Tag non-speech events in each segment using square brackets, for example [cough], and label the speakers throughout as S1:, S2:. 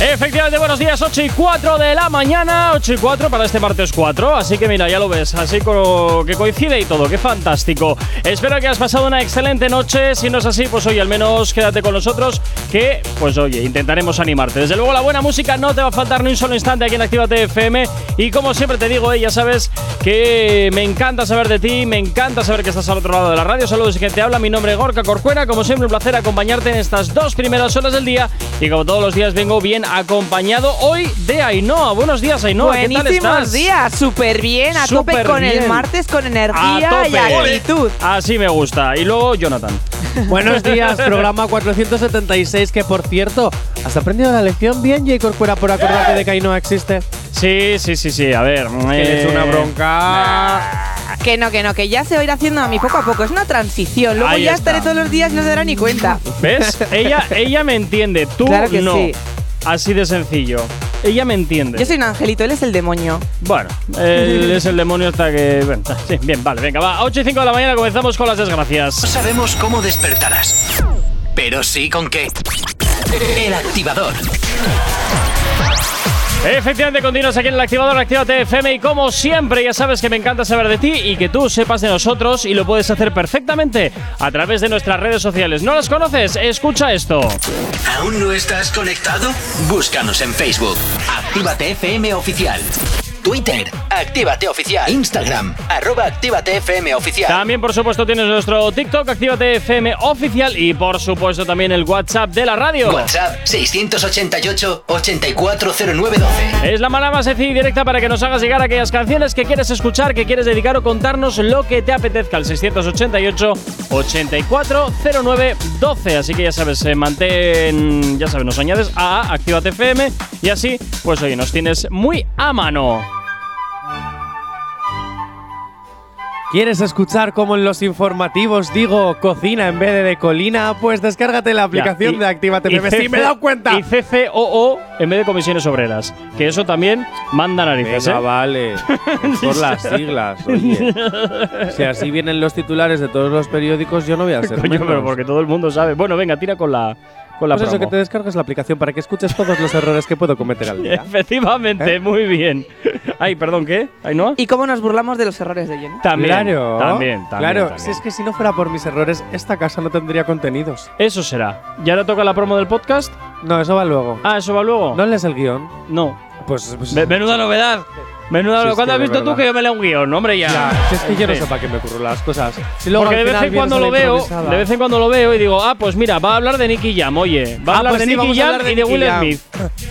S1: Efectivamente, buenos días, 8 y 4 de la mañana, 8 y 4 para este martes 4, así que mira, ya lo ves, así co- que coincide y todo, qué fantástico. Espero que has pasado una excelente noche, si no es así, pues hoy al menos quédate con nosotros, que pues oye, intentaremos animarte. Desde luego la buena música no te va a faltar ni un solo instante aquí en Actívate FM y como siempre te digo, eh, ya sabes que me encanta saber de ti, me encanta saber que estás al otro lado de la radio, saludos y que te habla, mi nombre es Gorka Corcuera, como siempre un placer acompañarte en estas dos primeras horas del día y como todos los días vengo bien acompañado hoy de Ainhoa. Buenos días, Ainhoa. ¿Qué tal
S2: Buenísimos
S1: estás?
S2: días, súper bien, a tope
S1: Súper
S2: con el
S1: bien.
S2: martes, con
S1: A
S2: energía y
S1: tope.
S2: actitud.
S1: Así me gusta. Y luego Jonathan.
S3: Buenos días, programa 476, que por cierto, ¿has aprendido la lección bien, J. Corcuera, por acordarte de que ahí no existe?
S1: Sí, sí, sí, sí. A ver.
S3: Que
S1: eh,
S3: es una bronca.
S2: Ah, Que no, que no, que ya se va a ir haciendo a mí poco a poco, es una transición. Luego
S1: Ahí
S2: ya
S1: está.
S2: estaré todos los días y no se dará ni cuenta.
S3: [laughs]
S1: ¿Ves? ella, ella me entiende. Tú
S2: Claro que
S1: no.
S2: sí.
S1: Así de sencillo. Ella me entiende.
S2: Yo soy un angelito, él es el demonio.
S1: Bueno, él es el demonio hasta que. bueno, sí, bien, vale, venga, va. A 8 y 5 de la mañana comenzamos con las
S4: No
S1: desgracias.
S4: sabemos cómo despertarás, pero sí con qué. El Activador.
S1: Efectivamente, continuas aquí en el activador, actívate FM y como siempre ya sabes que me encanta saber de ti y que tú sepas de nosotros y lo puedes hacer perfectamente a través de nuestras redes sociales. ¿No las conoces? Escucha esto.
S4: ¿Aún no estás conectado? Búscanos en Facebook. Actívate FM Oficial. Twitter. Actívate Oficial. Instagram. Arroba Actívate FM Oficial.
S1: También, por supuesto, tienes nuestro TikTok, actívate FM oficial y por supuesto también el WhatsApp de la radio.
S4: WhatsApp 688 840912.
S1: Es la manera más sencilla y directa para que nos hagas llegar aquellas canciones que quieres escuchar, que quieres dedicar o contarnos lo que te apetezca al 688 840912 Así que ya sabes, eh, mantén, ya sabes, nos añades a Actívate FM y así, pues oye, nos tienes muy a mano.
S3: ¿Quieres escuchar como en los informativos digo cocina en vez de, de colina? Pues descárgate la aplicación
S1: Ya, y-
S3: de Actívate
S1: y
S3: FM. Sí,
S1: CC
S3: me he dado cuenta.
S1: Y CCOO en vez de comisiones obreras. Que eso también manda narices, ¿eh?
S3: Venga, vale. Es Por las siglas, oye. Si así vienen los titulares de todos los periódicos, yo no voy a ser
S1: [laughs] Coño, pero
S3: menos.
S1: porque todo el mundo sabe. Bueno, venga, tira con la, con la
S3: Pues eso,
S1: promo.
S3: que te descargues la aplicación para que escuches todos los errores que puedo cometer al día. ¿Eh?
S1: Efectivamente, muy bien. Ay, perdón, ¿qué? ¿Ay, no?
S2: Y cómo nos burlamos de los errores de Jenny.
S1: También,
S3: claro,
S1: también, también.
S3: claro.
S1: también.
S3: Si es que si no fuera por mis errores, esta casa no tendría contenidos.
S1: Eso será. ¿Y ahora toca la promo del podcast?
S3: No, eso va luego.
S1: Ah, ¿eso va luego?
S3: ¿No lees el guión?
S1: No.
S3: Pues, pues-
S1: Me- Menuda novedad. Menuda
S3: Si es
S1: novedad. ¿Cuándo
S3: que
S1: has
S3: de
S1: visto tú
S3: verdad.
S1: que yo me leo un guión? Hombre, ya.
S3: Ya, si es que yo no
S1: En
S3: sé
S1: fin.
S3: para qué me ocurren las cosas. Si luego
S1: Porque de
S3: al
S1: vez
S3: final
S1: en cuando lo
S3: vienes a la
S1: veo,
S3: improvisada.
S1: de vez en cuando lo veo y digo, ah, pues mira, va a hablar de Nicky Jam, oye. Va a
S3: Ah,
S1: hablar
S3: pues sí,
S1: de Nicky
S3: vamos a
S1: Jam
S3: hablar de
S1: y de
S3: Nicky
S1: Will
S3: Jam.
S1: [laughs] Smith.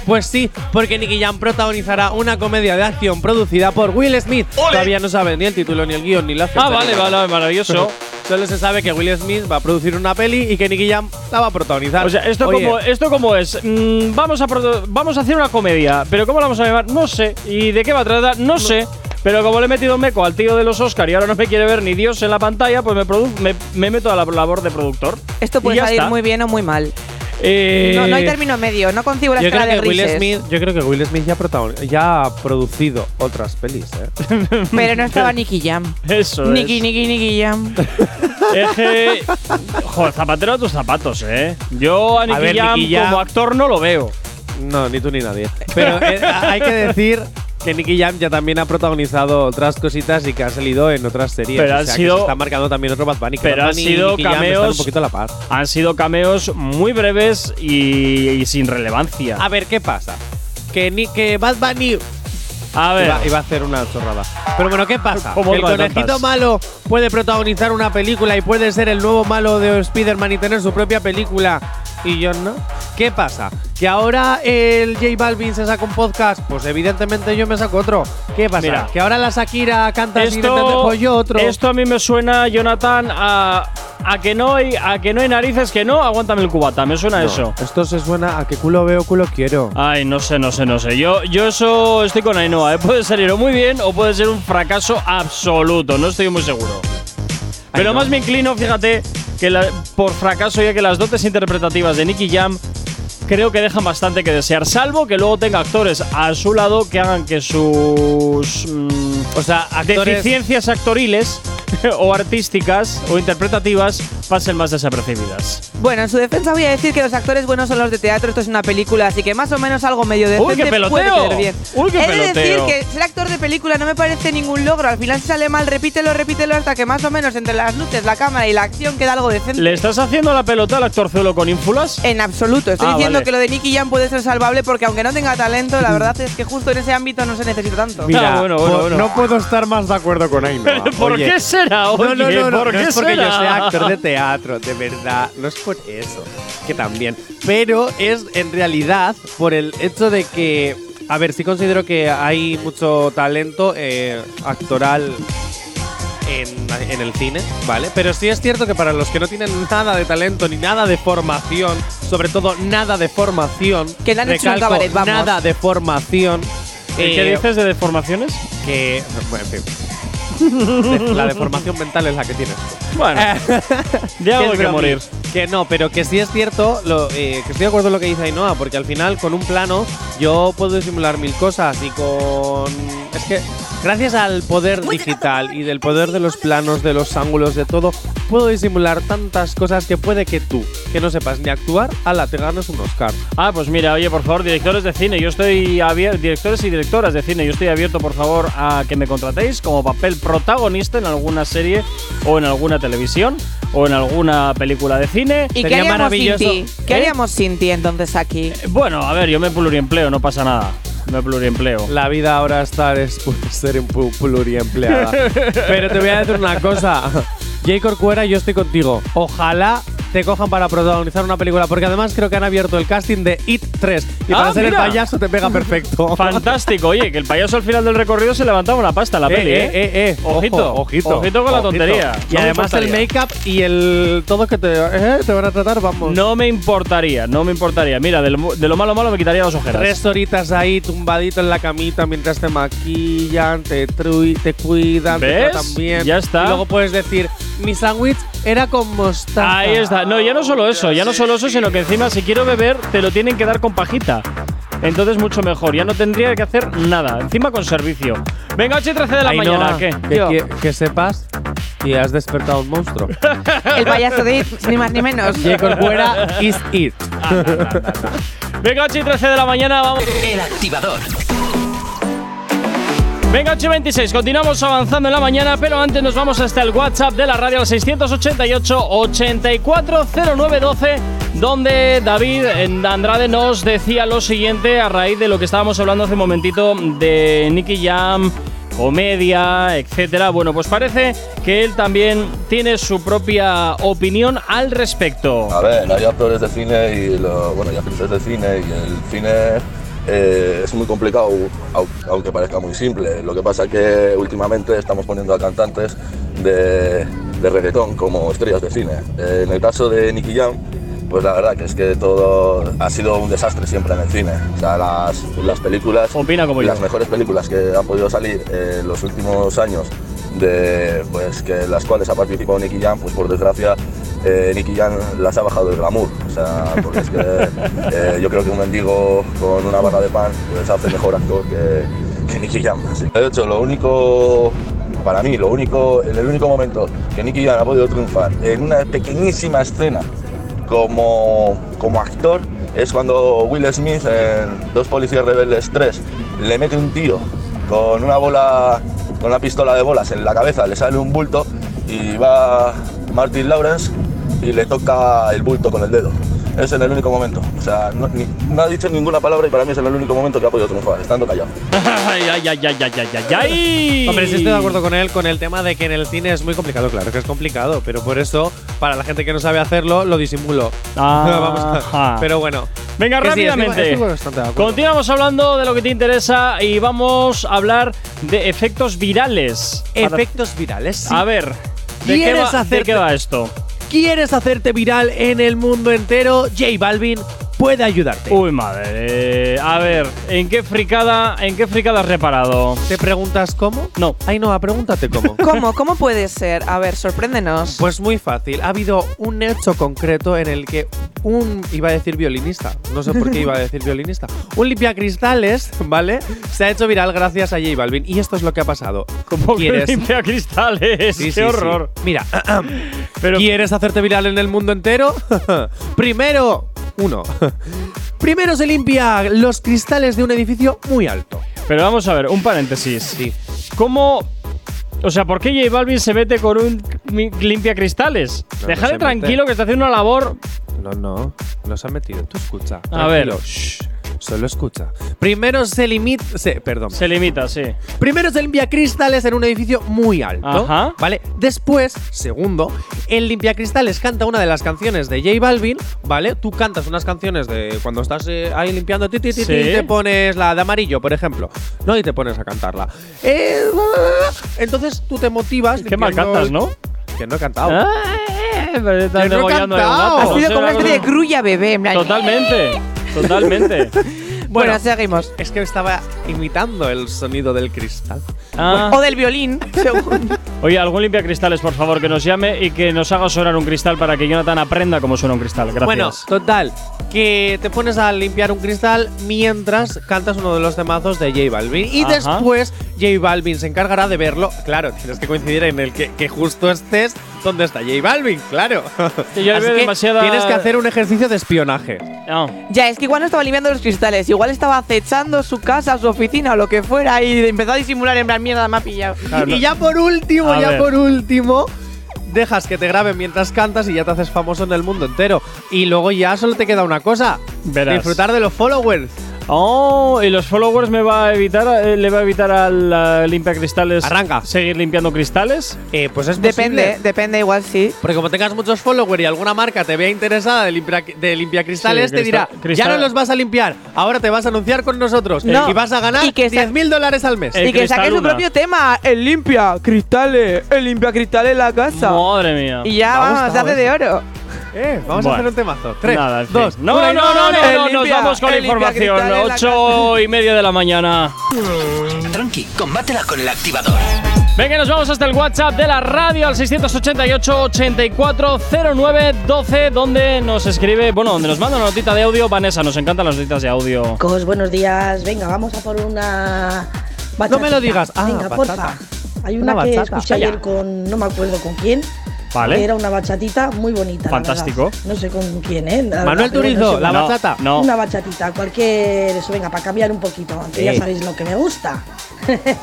S3: Pues sí, porque Nicky Jam protagonizará una comedia de acción producida por Will Smith. Todavía no sabe ni el título, ni el guión, ni la fecha.
S1: Ah,
S3: ni
S1: vale,
S3: nada.
S1: vale, maravilloso.
S3: [laughs] Solo se sabe que Will Smith va a producir una peli y que Nicky Jam la va a protagonizar.
S1: O sea, esto
S3: Oye,
S1: como esto como es, mm, vamos a produ- vamos a hacer una comedia, pero cómo la vamos a llamar, no sé, y de qué va a tratar, no, sé. Pero como le he metido meco al tío de los Oscar y ahora no me quiere ver ni Dios en la pantalla, pues me, produ- me, me meto a la labor de productor.
S2: Esto
S1: Y
S2: puede
S1: ya
S2: salir
S1: está.
S2: muy bien o muy mal.
S1: Eh,
S2: no, no hay término medio, no consigo la
S3: Yo
S2: escala
S3: creo,
S2: de
S3: que Will
S2: grises.
S3: Smith, yo creo que Will Smith ya, protagon- ya ha producido otras pelis. ¿eh?
S2: Pero no
S1: [laughs]
S2: estaba Nicky Jam.
S1: Eso
S2: Nicky,
S1: es.
S2: Nicky, Nicky Jam.
S1: Es que- Joder, zapatero a tus zapatos, eh. Yo a Nicky,
S3: ver,
S1: Jam
S3: Nicky Jam-
S1: como actor no lo veo.
S3: No, ni tú ni nadie. Pero eh, hay que decir que Nicky Jam ya también ha protagonizado otras cositas y que ha salido en otras series.
S1: Pero
S3: o
S1: han
S3: sea,
S1: sido-
S3: que se está marcando también otro Bad Bunny. que
S1: pero
S3: Bad
S1: han
S3: Bunny y
S1: sido
S3: Nicky Jam están
S1: cameos-
S3: un poquito a la par.
S1: Han sido cameos muy breves y, y sin relevancia.
S3: A ver, ¿qué pasa? Que, ni, que Bad Bunny
S1: A ver.
S3: iba, iba a hacer una chorrada. Pero bueno, ¿qué pasa?
S1: ¿Cómo
S3: Que el
S1: lo notas?
S3: conejito malo puede protagonizar una película y puede ser el nuevo malo de Spider-Man y tener su propia película. Y yo no. ¿Qué pasa? Que ahora el J Balvin se saca un podcast. Pues evidentemente yo me saco otro. ¿Qué pasa?
S1: Mira.
S3: que ahora la Shakira canta así,
S1: esto,
S3: pues yo otro.
S1: esto a mí me suena, Jonathan, a, a que no hay, a que no hay narices, que no, aguántame el cubata, me suena
S3: No,
S1: eso. Ah.
S3: Esto se suena a que culo veo, culo quiero.
S1: Ay, no sé, no sé, no sé. Yo, yo eso estoy con Ainhoa, ¿eh? puede salir o muy bien o puede ser un fracaso absoluto, no estoy muy seguro. Pero
S3: Ainhoa.
S1: más me inclino, fíjate, que la- por fracaso ya que las dotes interpretativas de Nicky Jam creo que dejan bastante que desear, salvo que luego tenga actores a su lado que hagan que sus mm,
S3: O sea, actores.
S1: deficiencias actoriles [laughs] o artísticas o interpretativas pasen más desapercibidas.
S2: Bueno, en su defensa voy a decir que los actores buenos son los de teatro, esto es una película, así que más o menos algo medio decente
S1: ¡Uy, qué
S2: puede
S1: peloteo!
S2: quedar bien.
S1: ¡Uy, qué
S2: He de decir
S1: peloteo!
S2: que ser actor de película no me parece ningún logro, al final si sale mal, repítelo, repítelo hasta que más o menos entre las luces, la cámara y la acción queda algo decente.
S1: ¿Le estás haciendo la pelota al actorzuelo con ínfulas?
S2: En absoluto, estoy
S1: Ah,
S2: diciendo
S1: vale. Mm.
S2: que lo de Nicky Jam puede ser salvable porque aunque no tenga talento, la verdad es que justo en ese ámbito no se necesita tanto.
S1: Mira, Ah, bueno, bueno,
S3: po-
S1: bueno.
S3: pues no puedo estar más de acuerdo con Ainhoa.
S1: [laughs] ¿Por
S3: Oye,
S1: qué será?
S3: No,
S1: Oye,
S3: no, no, no,
S1: ¿por
S3: no
S1: qué
S3: es porque
S1: será?
S3: yo sea actor de teatro, de verdad, no es por eso, que también, pero es en realidad por el hecho de que, a ver, sí considero que hay mucho talento eh, actoral en, en el cine, ¿vale? Pero sí es cierto que para los que no tienen nada de talento ni nada de formación, sobre todo nada de formación,
S2: Que la han hecho en un
S3: recalco,
S2: cabaret, vamos.
S3: nada de formación.
S1: [laughs] ¿Y ¿Qué
S3: eh,
S1: dices de deformaciones?
S3: que. Bueno, en fin. [laughs] De- La deformación mental es la que tienes. [laughs]
S1: Bueno, ya
S3: Que
S1: voy
S3: es
S1: a
S3: broma.
S1: morir.
S3: Que no, pero que sí es cierto, lo, eh, que estoy de acuerdo en lo que dice Ainhoa, porque al final con un plano yo puedo simular mil cosas y con... Es que gracias al poder digital y del poder de los planos, de los ángulos, de todo, puedo disimular tantas cosas que puede que tú, que no sepas ni actuar, ala, te ganas un Oscar.
S1: Ah, pues mira, oye, por favor, directores de cine, yo estoy abierto, directores y directoras de cine, yo estoy abierto, por favor, a que me contratéis como papel protagonista en alguna serie o en alguna televisión o en alguna película de cine.
S2: ¿Y qué
S3: Sería
S2: haríamos sin
S3: maravilloso.
S2: ti? ¿Qué
S1: ¿Eh?
S2: haríamos sin ti entonces aquí?
S1: Bueno, a ver, yo me pluriempleo, no pasa nada. Me pluriempleo.
S3: La vida ahora estar es [laughs] pu- ser un pu- pluriempleada. Pero te voy a decir una cosa. J. Corcuera, yo estoy contigo. Ojalá te cojan para protagonizar una película, porque además creo que han abierto el casting de It 3. Y
S1: Ah,
S3: para ser el
S1: mira.
S3: payaso te
S1: [laughs]
S3: pega perfecto.
S1: Fantástico, oye, que el payaso al final del recorrido se levantaba una pasta en la
S3: Eh,
S1: peli,
S3: eh, eh, eh.
S1: Ojito,
S3: Ojo, ojito.
S1: ojito con la tontería.
S3: Y
S1: No me
S3: además el
S1: importaría.
S3: make-up y el todo que te, eh, te van a tratar, vamos.
S1: No me importaría, no me importaría. Mira, de lo, de lo malo malo me quitaría las ojeras.
S3: Tres horitas ahí tumbadito en la camita mientras te maquillan, te, trui- te cuidan,
S1: ¿Ves?
S3: te tratan bien.
S1: Ya está.
S3: Y luego puedes decir, mi sándwich era con mostaza.
S1: Ahí está. No, ya no solo eso, ya no solo eso, sino que encima si quiero beber te lo tienen que dar con pajita. Entonces mucho mejor, ya no tendría que hacer nada, encima con servicio. Venga, 8 y 13 de la
S3: Ainhoa,
S1: mañana, ¿qué?
S3: Que,
S2: Yo.
S3: que- que sepas que has despertado un
S1: [laughs]
S3: monstruo.
S2: El payaso de It, ni más ni menos.
S3: Jacob Fuera is it.
S1: Venga, 8 y 13 de la mañana, vamos.
S4: El activador.
S1: Venga, 8 y 26, continuamos avanzando en la mañana, pero antes nos vamos hasta el WhatsApp de la radio al 688-840912, donde David en- Andrade nos decía lo siguiente a raíz de lo que estábamos hablando hace un momentito de Nicky Jam, comedia, etcétera. Bueno, pues parece que él también tiene su propia opinión al respecto.
S5: A ver, hay actores de cine y lo- bueno, hay actrices de cine y el cine eh, es muy complicado, au- aunque parezca muy simple. Lo que pasa que últimamente estamos poniendo a cantantes de, de reggaetón como estrellas de cine. Eh, en el caso de Nicky Jam, pues la verdad que es que todo ha sido un desastre siempre en el cine. O sea, las, las películas,
S1: Opina como yo.
S5: las mejores películas que han podido salir eh, en los últimos años, de, pues que las cuales ha participado Nicky Jam, pues por desgracia eh, Nicky Jam las ha bajado el glamour. O sea, porque
S1: [laughs]
S5: es que eh, yo creo que un mendigo con una barra de pan pues hace mejor actor que, que Nicky Jam. así. De hecho, lo único para mí, lo único, el único momento que Nicky Jam ha podido triunfar en una pequeñísima escena como, como actor es cuando Will Smith en Dos Policías Rebeldes 3 le mete un tiro con una bola, con una pistola de bolas en la cabeza, le sale un bulto y va Martin Lawrence y le toca el bulto con el dedo. Es en el único momento. O sea, no, ni- no ha dicho ninguna palabra y para mí es en el único momento que ha podido triunfar, estando callado.
S1: [laughs] ay, ay, ay, ay, ay, ay, ay, ay.
S3: Hombre, sí estoy de acuerdo con él con el tema de que en el cine es muy complicado. Claro que es complicado, pero por eso, para la gente que no sabe hacerlo, lo disimulo.
S1: Ajá.
S3: [laughs] Vamos a- pero bueno.
S1: Venga,
S3: Que sí, estoy-
S1: rápidamente.
S3: estoy bastante de acuerdo.
S1: Continuamos hablando de lo que te interesa y vamos a hablar de efectos virales. Para- Ah,
S3: Efectos virales. sí.
S1: A ver, ¿de qué,
S3: ¿Quieres
S1: va, de
S3: hacerte-
S1: qué va esto?
S3: ¿Quieres hacerte viral en el mundo entero? J Balvin puede ayudarte.
S1: Uy, madre. eh, a ver, ¿en qué fricada, en qué fricada has reparado?
S3: ¿Te preguntas cómo?
S1: No.
S3: Ainhoa,
S1: [laughs]
S3: pregúntate cómo.
S2: ¿Cómo? ¿Cómo puede ser? A ver, sorpréndenos.
S3: Pues muy fácil. Ha habido un hecho concreto en el que un. iba a decir violinista. No sé por qué iba a decir violinista. Un limpiacristales, ¿vale? Se ha hecho viral gracias a J Balvin. Y esto es lo que ha pasado.
S1: ¿Cómo que [laughs]
S3: ¿Quieres?
S1: limpia cristales?
S3: Sí,
S1: ¡Qué
S3: sí, sí.
S1: horror!
S3: Mira,
S1: [clears throat] Pero
S3: ¿Quieres hacerte viral en el mundo entero? [laughs] Primero, uno. [laughs] Primero se limpia los cristales de un edificio muy alto.
S1: Pero vamos a ver, un paréntesis.
S3: Sí.
S1: ¿Cómo.? O sea, ¿por qué J Balvin se mete con un mi- limpia cristales?
S3: No, no
S1: Dejadle
S3: se
S1: tranquilo
S3: mete.
S1: que está haciendo una labor.
S3: No, no, no se ha metido. Tú escucha.
S1: A ver.
S3: tranquilo. Shh, solo escucha. Primero se limita. Se, perdón.
S1: Se limita, sí.
S3: Primero se limpia cristales en un edificio muy alto.
S1: Ajá.
S3: ¿Vale? Después, segundo, el limpiacristales canta una de las canciones de J Balvin, ¿vale? Tú cantas unas canciones de cuando estás eh, ahí limpiando, ti, ti, ti,
S1: Sí.
S3: ti, te pones la de amarillo, por ejemplo, ¿no? Y te pones a cantarla. Eh, entonces tú te motivas.
S1: Qué mal
S3: limpiando-
S1: cantas, ¿no?
S3: Que no he cantado.
S1: Ah, pero te estás
S3: Yo no he
S1: degollando ahí un
S3: cantado.
S1: gato,
S3: Ha
S1: no
S2: Ha sido
S1: sé,
S2: como una
S1: una
S2: especie este de
S1: cosa-
S2: grulla bebé. en plan, "Eh,
S1: Totalmente.
S3: [laughs]
S1: Totalmente.
S2: Bueno,
S3: Bueno.
S2: seguimos.
S3: Es que estaba imitando el sonido del cristal.
S1: Ah.
S2: O del violín, [laughs] según.
S1: Oye, algún limpia cristales, por favor, que nos llame y que nos haga sonar un cristal para que Jonathan aprenda cómo suena un cristal. Gracias.
S3: Bueno, total, que te pones a limpiar un cristal mientras cantas uno de los temazos de J Balvin. Y
S1: Ajá.
S3: después J Balvin se encargará de verlo. Claro, tienes que coincidir en el que, que justo estés donde está J Balvin, claro.
S1: Sí, yo le
S3: Así
S1: veo
S3: que
S1: demasiada-
S3: Tienes que hacer un ejercicio de espionaje.
S1: Ah.
S2: ya, es que igual no estaba limpiando los cristales. Igual estaba acechando su casa, su oficina o lo que fuera. Y empezó a disimular en plan, mierda, me ha pillado.
S1: Claro.
S3: Y ya por último,
S1: A
S3: ya
S1: ver.
S3: por último, dejas que te graben mientras cantas y ya te haces famoso en el mundo entero. Y luego ya solo te queda una cosa:
S1: Verás.
S3: disfrutar de los followers.
S1: Oh, y los followers me va a evitar, eh, le va a evitar al eh, limpia cristales.
S3: Arranca.
S1: Seguir limpiando cristales.
S3: Eh, pues es
S2: Depende,
S3: posible.
S2: depende, igual sí.
S3: Porque como tengas muchos followers y alguna marca te vea interesada de, limpia, de limpiacristales,
S1: Sí,
S3: te
S1: cristal-
S3: dirá,
S1: cristal-
S3: ya no los vas a limpiar, ahora te vas a anunciar con nosotros
S2: No,
S3: y vas a ganar
S2: y que sa-
S3: 10.000 dólares al mes.
S1: El
S2: y que
S1: cristal
S2: saque su
S1: una.
S2: propio tema. El limpia cristales. El limpia cristales en la casa.
S1: Madre mía.
S2: Y ya,
S3: Me ha
S2: vamos, se
S3: gustado
S2: hace de oro.
S3: Eh, vamos
S1: Bueno.
S3: a hacer un temazo. Tres,
S1: Nada, en fin.
S3: dos,
S1: No,
S3: uno
S1: no,
S3: y-
S1: no, no,
S2: el
S1: no, nos
S2: limpia-
S1: vamos con la
S2: el limpia
S1: información.
S2: cristal en la
S1: Ocho y media de la mañana.
S4: Tranqui, combátela con el activador.
S1: Venga, nos vamos hasta el WhatsApp de la radio al 688-8409-12, donde nos escribe, bueno, donde nos manda una notita de audio. Vanessa, nos encantan las notitas de audio.
S6: Cos, buenos días. Venga, vamos a por una
S3: No me lo digas. Ah,
S6: Venga,
S3: bachata.
S6: porfa. Hay una,
S3: Una
S6: que
S3: bachata.
S6: escuché
S3: Vaya.
S6: ayer con no me acuerdo con quién.
S1: Vale.
S6: que Era una bachatita muy bonita. la
S1: Fantástico.
S6: verdad. No sé con quién, ¿eh? La verdad,
S3: Manuel
S6: pero bueno,
S3: Turizo,
S6: es
S3: la
S6: igual.
S1: No,
S3: bachata.
S1: No.
S6: Una bachatita, cualquier. Eso, venga, para cambiar un poquito, aunque
S3: Sí.
S6: ya sabéis lo que me gusta. [laughs]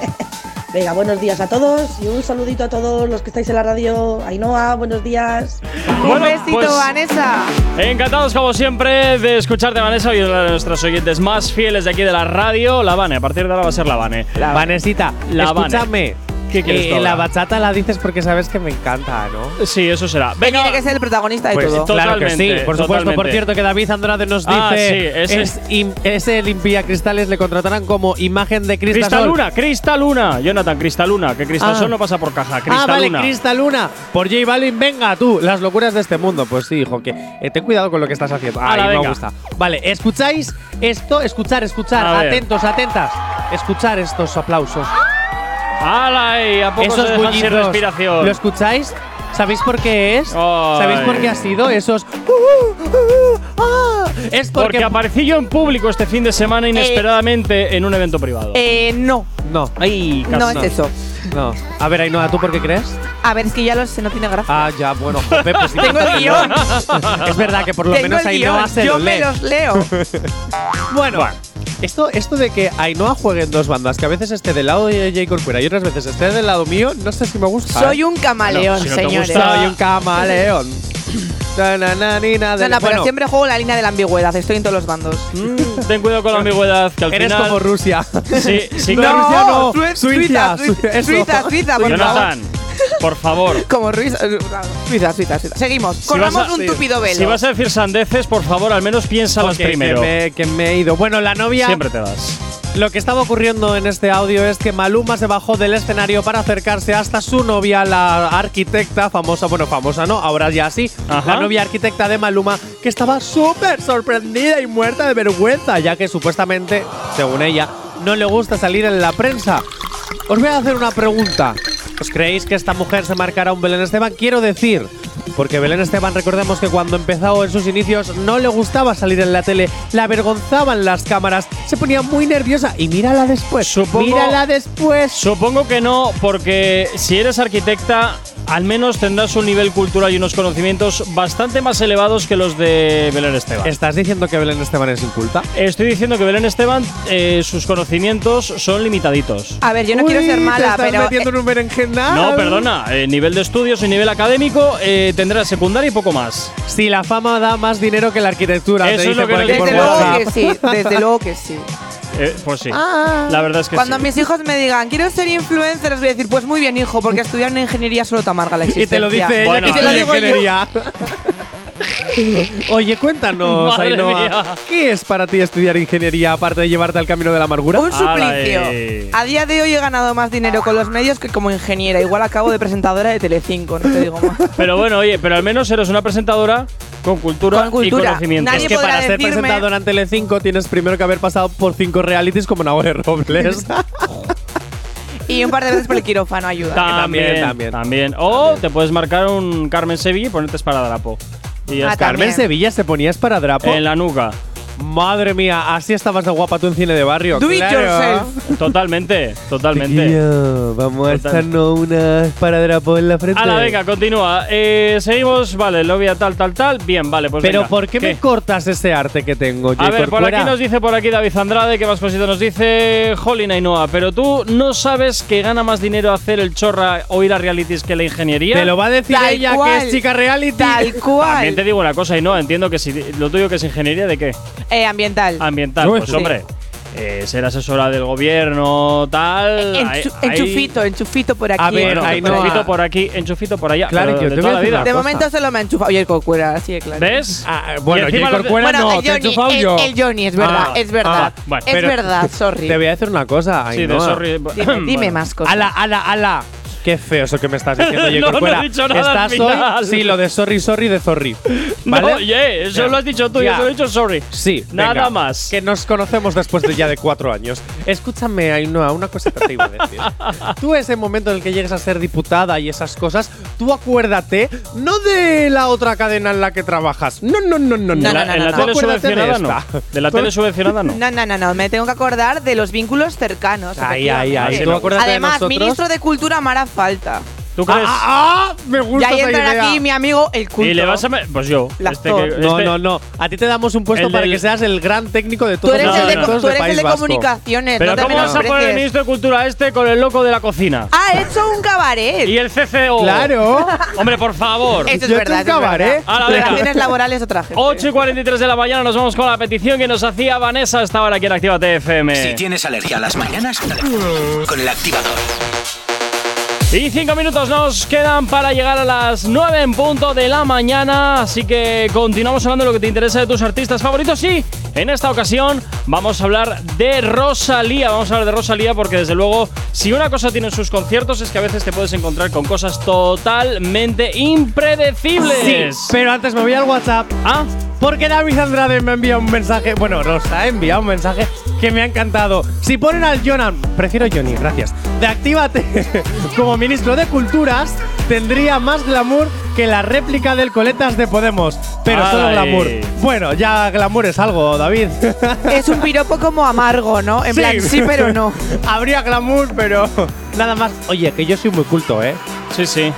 S6: venga, buenos días a todos y un saludito a todos los que estáis en la radio. Ainhoa, buenos días.
S1: Bueno,
S2: Un besito,
S1: pues-
S2: Vanessa.
S1: Encantados como siempre de escucharte, Vanessa, y una de nuestras oyentes más fieles de aquí de la radio, la Vane. A partir de ahora va a ser la Vane.
S3: La Vanesita,
S1: La
S3: escúchame.
S1: ¿Qué quieres tú
S3: Eh, la
S1: ahora?
S3: bachata la dices porque sabes que me encanta, ¿no?
S1: Sí, eso será.
S2: Que
S1: Venga.
S2: tiene que ser el protagonista de
S3: Pues
S2: todo.
S3: claro que sí,
S1: Totalmente,
S3: por supuesto. Por
S1: totalmente.
S3: cierto, que David Andrade nos dice:
S1: Ah, sí, ese-
S3: es im- ese limpiacristales le contratarán como imagen de Cristal
S1: Cristaluna, Cristaluna. Jonathan, Cristaluna. Que Cristasol
S3: Ah.
S1: no pasa por caja.
S3: Ah, vale,
S1: Cristaluna.
S3: Cristaluna. Por J Balvin, venga tú, las locuras de este mundo. Pues sí, hijo, que eh, ten cuidado con lo que estás haciendo. Ay,
S1: Ala,
S3: me
S1: venga.
S3: gusta. Vale, ¿escucháis esto? Escuchar, escuchar.
S1: A ver.
S3: Atentos, atentas. Escuchar estos aplausos.
S1: ¡Hala, ahí! ¿A poco
S3: Esos
S1: se dejan sin
S3: bullizos.
S1: respiración?
S3: ¿Lo escucháis? ¿Sabéis por qué es?
S1: Ay.
S3: ¿Sabéis por qué ha sido? Esos. uh, uh, ah. Es
S1: Porque,
S3: porque.
S1: aparecí yo en público este fin de semana inesperadamente en un evento privado.
S2: Eh, no.
S3: no,
S1: Ay,
S2: No
S1: casi
S2: es eso.
S3: no. A ver, Ainhoa, ¿tú por qué crees?
S2: A ver, es que ya lo sé, no tiene gracia.
S3: Ah, ya, bueno,
S1: [laughs]
S3: jope, pues sí.
S2: Tengo el guión.
S3: [laughs] es verdad que por lo
S2: Tengo
S3: menos
S2: el
S3: Ainhoa
S2: guión,
S3: se
S2: Yo
S3: lo
S2: me
S3: lee.
S2: los leo.
S3: Bueno, esto, esto de que Ainhoa juegue en dos bandas, que a veces esté del lado de J. Corcuera y otras veces esté del lado mío, no sé si me gusta.
S2: Soy
S3: ¿eh?
S2: un camaleón,
S1: No, si no te
S2: señores.
S1: gusta,
S3: Soy un camaleón. Na, na, na, ni na,
S2: No,
S3: de-
S2: no, pero
S3: Bueno,
S2: siempre juego la línea de la ambigüedad. Estoy en todos los bandos.
S1: Mm, ten cuidado con la ambigüedad, que al
S3: Eres
S1: final.
S3: como Rusia. [laughs]
S1: Sí, sí,
S3: No,
S1: claro.
S3: Rusia no,
S2: Sui- Suiza,
S3: Suiza, Su-
S2: Suiza,
S3: eso.
S2: Suiza, Suiza, por favor.
S1: Jonathan, por
S3: [laughs]
S1: favor.
S2: Como Ruiz. eh, Suiza, Suiza, Suiza. Seguimos.
S1: Si vas
S2: Corramos
S1: a-
S2: un tupido velo.
S1: Si vas a decir sandeces, por favor, al menos piénsalas
S3: Ok, que
S1: primero.
S3: me, que me he ido. Bueno, la novia.
S1: Siempre te das.
S3: Lo que estaba ocurriendo en este audio es que Maluma se bajó del escenario para acercarse hasta su novia, la arquitecta famosa, bueno, famosa no, ahora ya sí,
S1: Ajá.
S3: la novia arquitecta de Maluma, que estaba súper sorprendida y muerta de vergüenza, ya que supuestamente, según ella, no le gusta salir en la prensa. Os voy a hacer una pregunta. ¿Os creéis que esta mujer se marcará un Belén Esteban? Quiero decir, porque Belén Esteban, recordemos que cuando empezó en sus inicios no le gustaba salir en la tele, la avergonzaban las cámaras, se ponía muy nerviosa y mírala después.
S1: Supongo-
S3: Mírala después.
S1: Supongo que no, porque si eres arquitecta, al menos tendrás un nivel cultural y unos conocimientos bastante más elevados que los de Belén Esteban.
S3: ¿Estás diciendo que Belén Esteban es inculta?
S1: Estoy diciendo que Belén Esteban, eh, sus conocimientos son limitaditos.
S2: A ver, yo no quiero
S3: Uy,
S2: ser
S3: te
S2: mala,
S3: estás
S2: pero. eh,
S3: metiendo en un berenjenal.
S2: Ah.
S1: No, perdona, eh, nivel de estudios y nivel académico eh, tendrá secundaria y poco más.
S3: Si la fama da más dinero que la arquitectura,
S1: Eso
S3: te
S1: es lo
S3: dice
S1: que nos
S3: por aquí
S1: dicen.
S3: por
S2: Desde luego
S3: WhatsApp.
S2: que sí, desde luego que sí.
S1: Eh, pues sí, la verdad es que
S2: Ah. Cuando
S1: sí.
S2: mis hijos me digan, quiero ser influencer, les voy a decir, pues muy bien, hijo, porque estudiar una ingeniería solo te amarga la
S3: Y
S2: existencia.
S3: te lo dice ella
S1: Bueno,
S3: que
S1: te lo
S3: estudia
S1: digo yo. [laughs]
S3: ingeniería. Oye, cuéntanos,
S1: Madre
S3: Ainhoa,
S1: mía.
S3: ¿qué es para ti estudiar ingeniería aparte de llevarte al camino de la amargura?
S2: Un suplicio.
S1: Ay.
S2: A día de hoy he ganado más dinero con los medios que como ingeniera. Igual acabo de presentadora de Telecinco, no te digo más.
S1: Pero bueno, oye, pero al menos eres una presentadora con cultura,
S2: Con cultura.
S1: y conocimiento.
S2: Nadie
S3: Es que
S2: podrá
S3: para ser
S2: decirme-
S3: presentador en Telecinco tienes primero que haber pasado por cinco realities como Nahore
S2: [laughs]
S3: Robles.
S2: Ah, Y un par de veces por el quirófano ayuda.
S1: También,
S3: También,
S1: también,
S3: también.
S1: O te puedes marcar un Carmen Sevilla y ponerte esparadrapo. Y ya
S2: Ah,
S1: está.
S3: Carmen
S2: También.
S3: Sevilla se ponía esparadrapo.
S1: En la nuca.
S3: Madre mía, así estabas de guapa tú en cine de barrio.
S2: Do it
S3: claro.
S2: yourself.
S1: Totalmente, totalmente.
S3: Tío, vamos a
S1: Total.
S3: echarnos una esparadrapo en la frente.
S1: Ala, venga, continúa. Eh, seguimos, vale, lo voy a tal, tal, tal. Bien, vale, pues
S3: Pero
S1: venga.
S3: ¿por qué, me cortas ese arte que tengo,
S1: A
S3: J.
S1: ver, por
S3: Corcuera?
S1: aquí nos dice por aquí David Andrade, que más cositas nos dice Jolina Ainhoa, pero tú no sabes que gana más dinero hacer el chorra o ir a realities que la ingeniería.
S3: Te lo va a decir
S2: Tal
S3: ella
S2: cual.
S3: que es chica reality. [laughs]
S2: Tal
S1: También te
S2: cual.
S1: digo una cosa, Ainhoa, entiendo que si lo tuyo que es ingeniería, ¿de qué?
S2: Eh, ambiental.
S1: Ambiental,
S3: Uy.
S1: pues
S3: Sí.
S1: hombre, eh, ser asesora del gobierno, tal. ahí-
S2: Eh, Enchu-
S1: ahí-
S2: enchufito, enchufito por aquí.
S3: A ver,
S1: Bueno,
S2: enchufito
S3: ahí
S2: por
S3: no-
S2: aquí.
S1: enchufito por aquí, enchufito por allá.
S3: Claro,
S1: pero
S3: yo
S1: de
S3: te voy
S1: toda
S3: a
S1: la
S3: decir
S1: vida.
S2: De
S3: cosa.
S2: momento solo me ha enchufado. Oye, el Corcuera, así de claro.
S1: ¿Ves?
S3: Ah,
S1: Y
S3: bueno,
S1: encima
S3: J.
S1: los de-
S3: Corcuera
S2: Bueno,
S3: no,
S2: el
S3: te he
S2: Johnny,
S3: enchufado
S2: el,
S3: yo.
S2: el Johnny, es verdad,
S1: Ah,
S2: es verdad.
S1: ah, bueno,
S2: es
S3: pero-
S2: verdad, sorry.
S3: Te voy a decir una cosa,
S1: Sí, de
S3: Ainhoa.
S1: sorry.
S2: Dime, dime
S1: Bueno.
S2: más cosas.
S3: Ala, ala, ala. Qué feo eso que me estás
S1: [laughs]
S3: diciendo,
S1: No,
S3: J.
S1: no
S3: Corcuera.
S1: he dicho nada al
S3: Estás
S1: final.
S3: hoy, sí, lo de sorry, sorry, de sorry.
S1: [laughs] [laughs] No,
S3: ¿Vale?
S1: oye, eso
S3: Ya.
S1: lo has dicho tú, yo
S3: Ya.
S1: te lo he dicho sorry.
S3: Sí,
S1: Nada
S3: venga,
S1: más.
S3: Que nos conocemos después de ya de cuatro años. Escúchame, Ainhoa, una cosa que te iba a decir. [laughs] tú, ese momento en el que llegues a ser diputada y esas cosas, tú acuérdate, no de la otra cadena en la que trabajas. No, no, no, no, no.
S1: En la,
S2: no,
S1: en
S2: no,
S1: la
S2: no.
S1: tele
S3: Acuérdate de
S1: subvencionada no.
S3: esta.
S1: De la tele subvencionada no.
S2: No, no, no, no, me tengo que acordar de los vínculos cercanos.
S3: Ay, ay, ay.
S2: efectivamente.
S1: ¿Tú
S3: acuérdate de
S2: Además,
S3: nosotros?
S2: ministro de Cultura me hará falta.
S1: ¿Tú
S3: [laughs] Ah,
S1: crees?
S3: ah, ah, me
S2: Y
S3: gusta
S2: ahí
S3: esa
S2: entrará
S3: idea.
S2: aquí mi amigo el culto.
S1: y le vas a. me- Pues yo.
S2: El
S1: Este
S2: actor.
S1: que-
S3: No,
S1: este-
S3: no, no. A ti te damos un puesto
S1: El
S3: para
S1: del-
S3: que seas el gran técnico de
S2: Tú
S3: todos
S2: eres
S3: los
S1: No,
S2: el de,
S1: no,
S3: eventos
S2: tú eres
S3: País
S2: el de
S3: Vasco.
S2: comunicaciones.
S1: Pero
S2: no te
S1: ¿cómo vas a poner el
S2: menosprecies.
S1: ministro de Cultura este con el loco de la cocina?
S2: Ha hecho un cabaret.
S1: Y el CCO.
S3: Claro.
S1: Hombre, por favor.
S2: Eso es
S3: Yo
S2: verdad. eso
S3: te
S2: es
S3: acabaré.
S2: verdad.
S1: Ala, venga.
S2: Relaciones laborales otra gente.
S1: 8 y 43 de la mañana nos vamos con la petición que nos hacía Vanessa hasta ahora aquí en Activa TFM.
S4: Si tienes alergia a las mañanas, con el activador.
S1: Y cinco minutos nos quedan para llegar a las 9 en punto de la mañana, así que continuamos hablando de lo que te interesa de tus artistas favoritos y en esta ocasión vamos a hablar de Rosalía, vamos a hablar de Rosalía porque desde luego si una cosa tienen sus conciertos es que a veces te puedes encontrar con cosas totalmente impredecibles.
S3: Sí, pero antes me voy al WhatsApp.
S1: Ah,
S3: Porque David Andrade me envía un mensaje, bueno, nos ha enviado un mensaje que me ha encantado. Si ponen al Jonan, prefiero Johnny, gracias, de Actívate [laughs] como ministro de Culturas, tendría más glamour que la réplica del Coletas de Podemos, pero solo
S1: Ay.
S3: glamour. Bueno, ya glamour es algo, David. [laughs]
S2: Es un piropo como amargo, ¿no? En plan, sí, pero
S1: [laughs]
S2: no.
S3: [laughs] Habría glamour, pero [laughs] nada más. Oye, que yo soy muy
S1: [laughs]
S3: culto, ¿eh?
S1: sí, sí.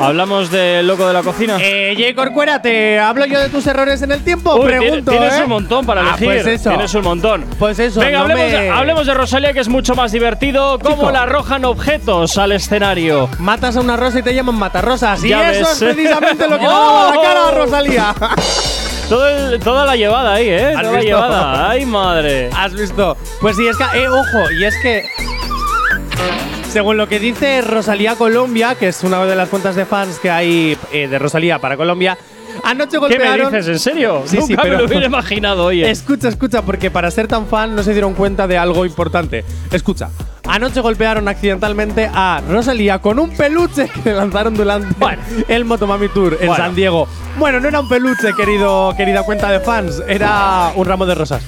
S1: Hablamos del loco de la cocina.
S3: Eh, J. Corcuera, ¿te hablo yo de tus errores en el tiempo?
S1: Uy,
S3: Pregunto,
S1: tiene- tienes
S3: ¿eh?
S1: un montón para
S3: Ah,
S1: elegir.
S3: pues eso.
S1: Tienes un montón.
S3: Pues eso,
S1: Venga,
S3: no
S1: hablemos,
S3: me-
S1: hablemos de Rosalía, que es mucho más divertido. Cómo
S3: Chico.
S1: le arrojan objetos al escenario.
S3: Matas a una rosa y te llaman matarrosas. Y
S1: Ya
S3: eso
S1: ves. ¡Oh!
S3: es
S1: [laughs]
S3: precisamente lo que le daba la cara a Rosalía. [laughs]
S1: Todo el- toda la llevada ahí, ¿eh? Toda la
S3: visto?
S1: llevada. ¡Ay, madre!
S3: ¿Has visto? Pues sí, es que, eh, ojo, y es que. Según lo que dice Rosalía Colombia, que es una de las cuentas de fans que hay eh, de Rosalía para Colombia, Anoche
S1: ¿Qué me
S3: golpearon.
S1: dices? ¿En serio?
S3: Sí,
S1: Nunca
S3: sí,
S1: me
S3: pero-
S1: lo hubiera imaginado, oye.
S3: Escucha, escucha, porque para ser tan fan no se dieron cuenta de algo importante. Escucha, anoche golpearon accidentalmente a Rosalía con un peluche [laughs] que le lanzaron durante
S1: Bueno.
S3: el Motomami Tour en
S1: Bueno.
S3: San Diego. Bueno, no era un peluche, querido, querida cuenta de fans, era un ramo
S1: [laughs]
S3: de rosas.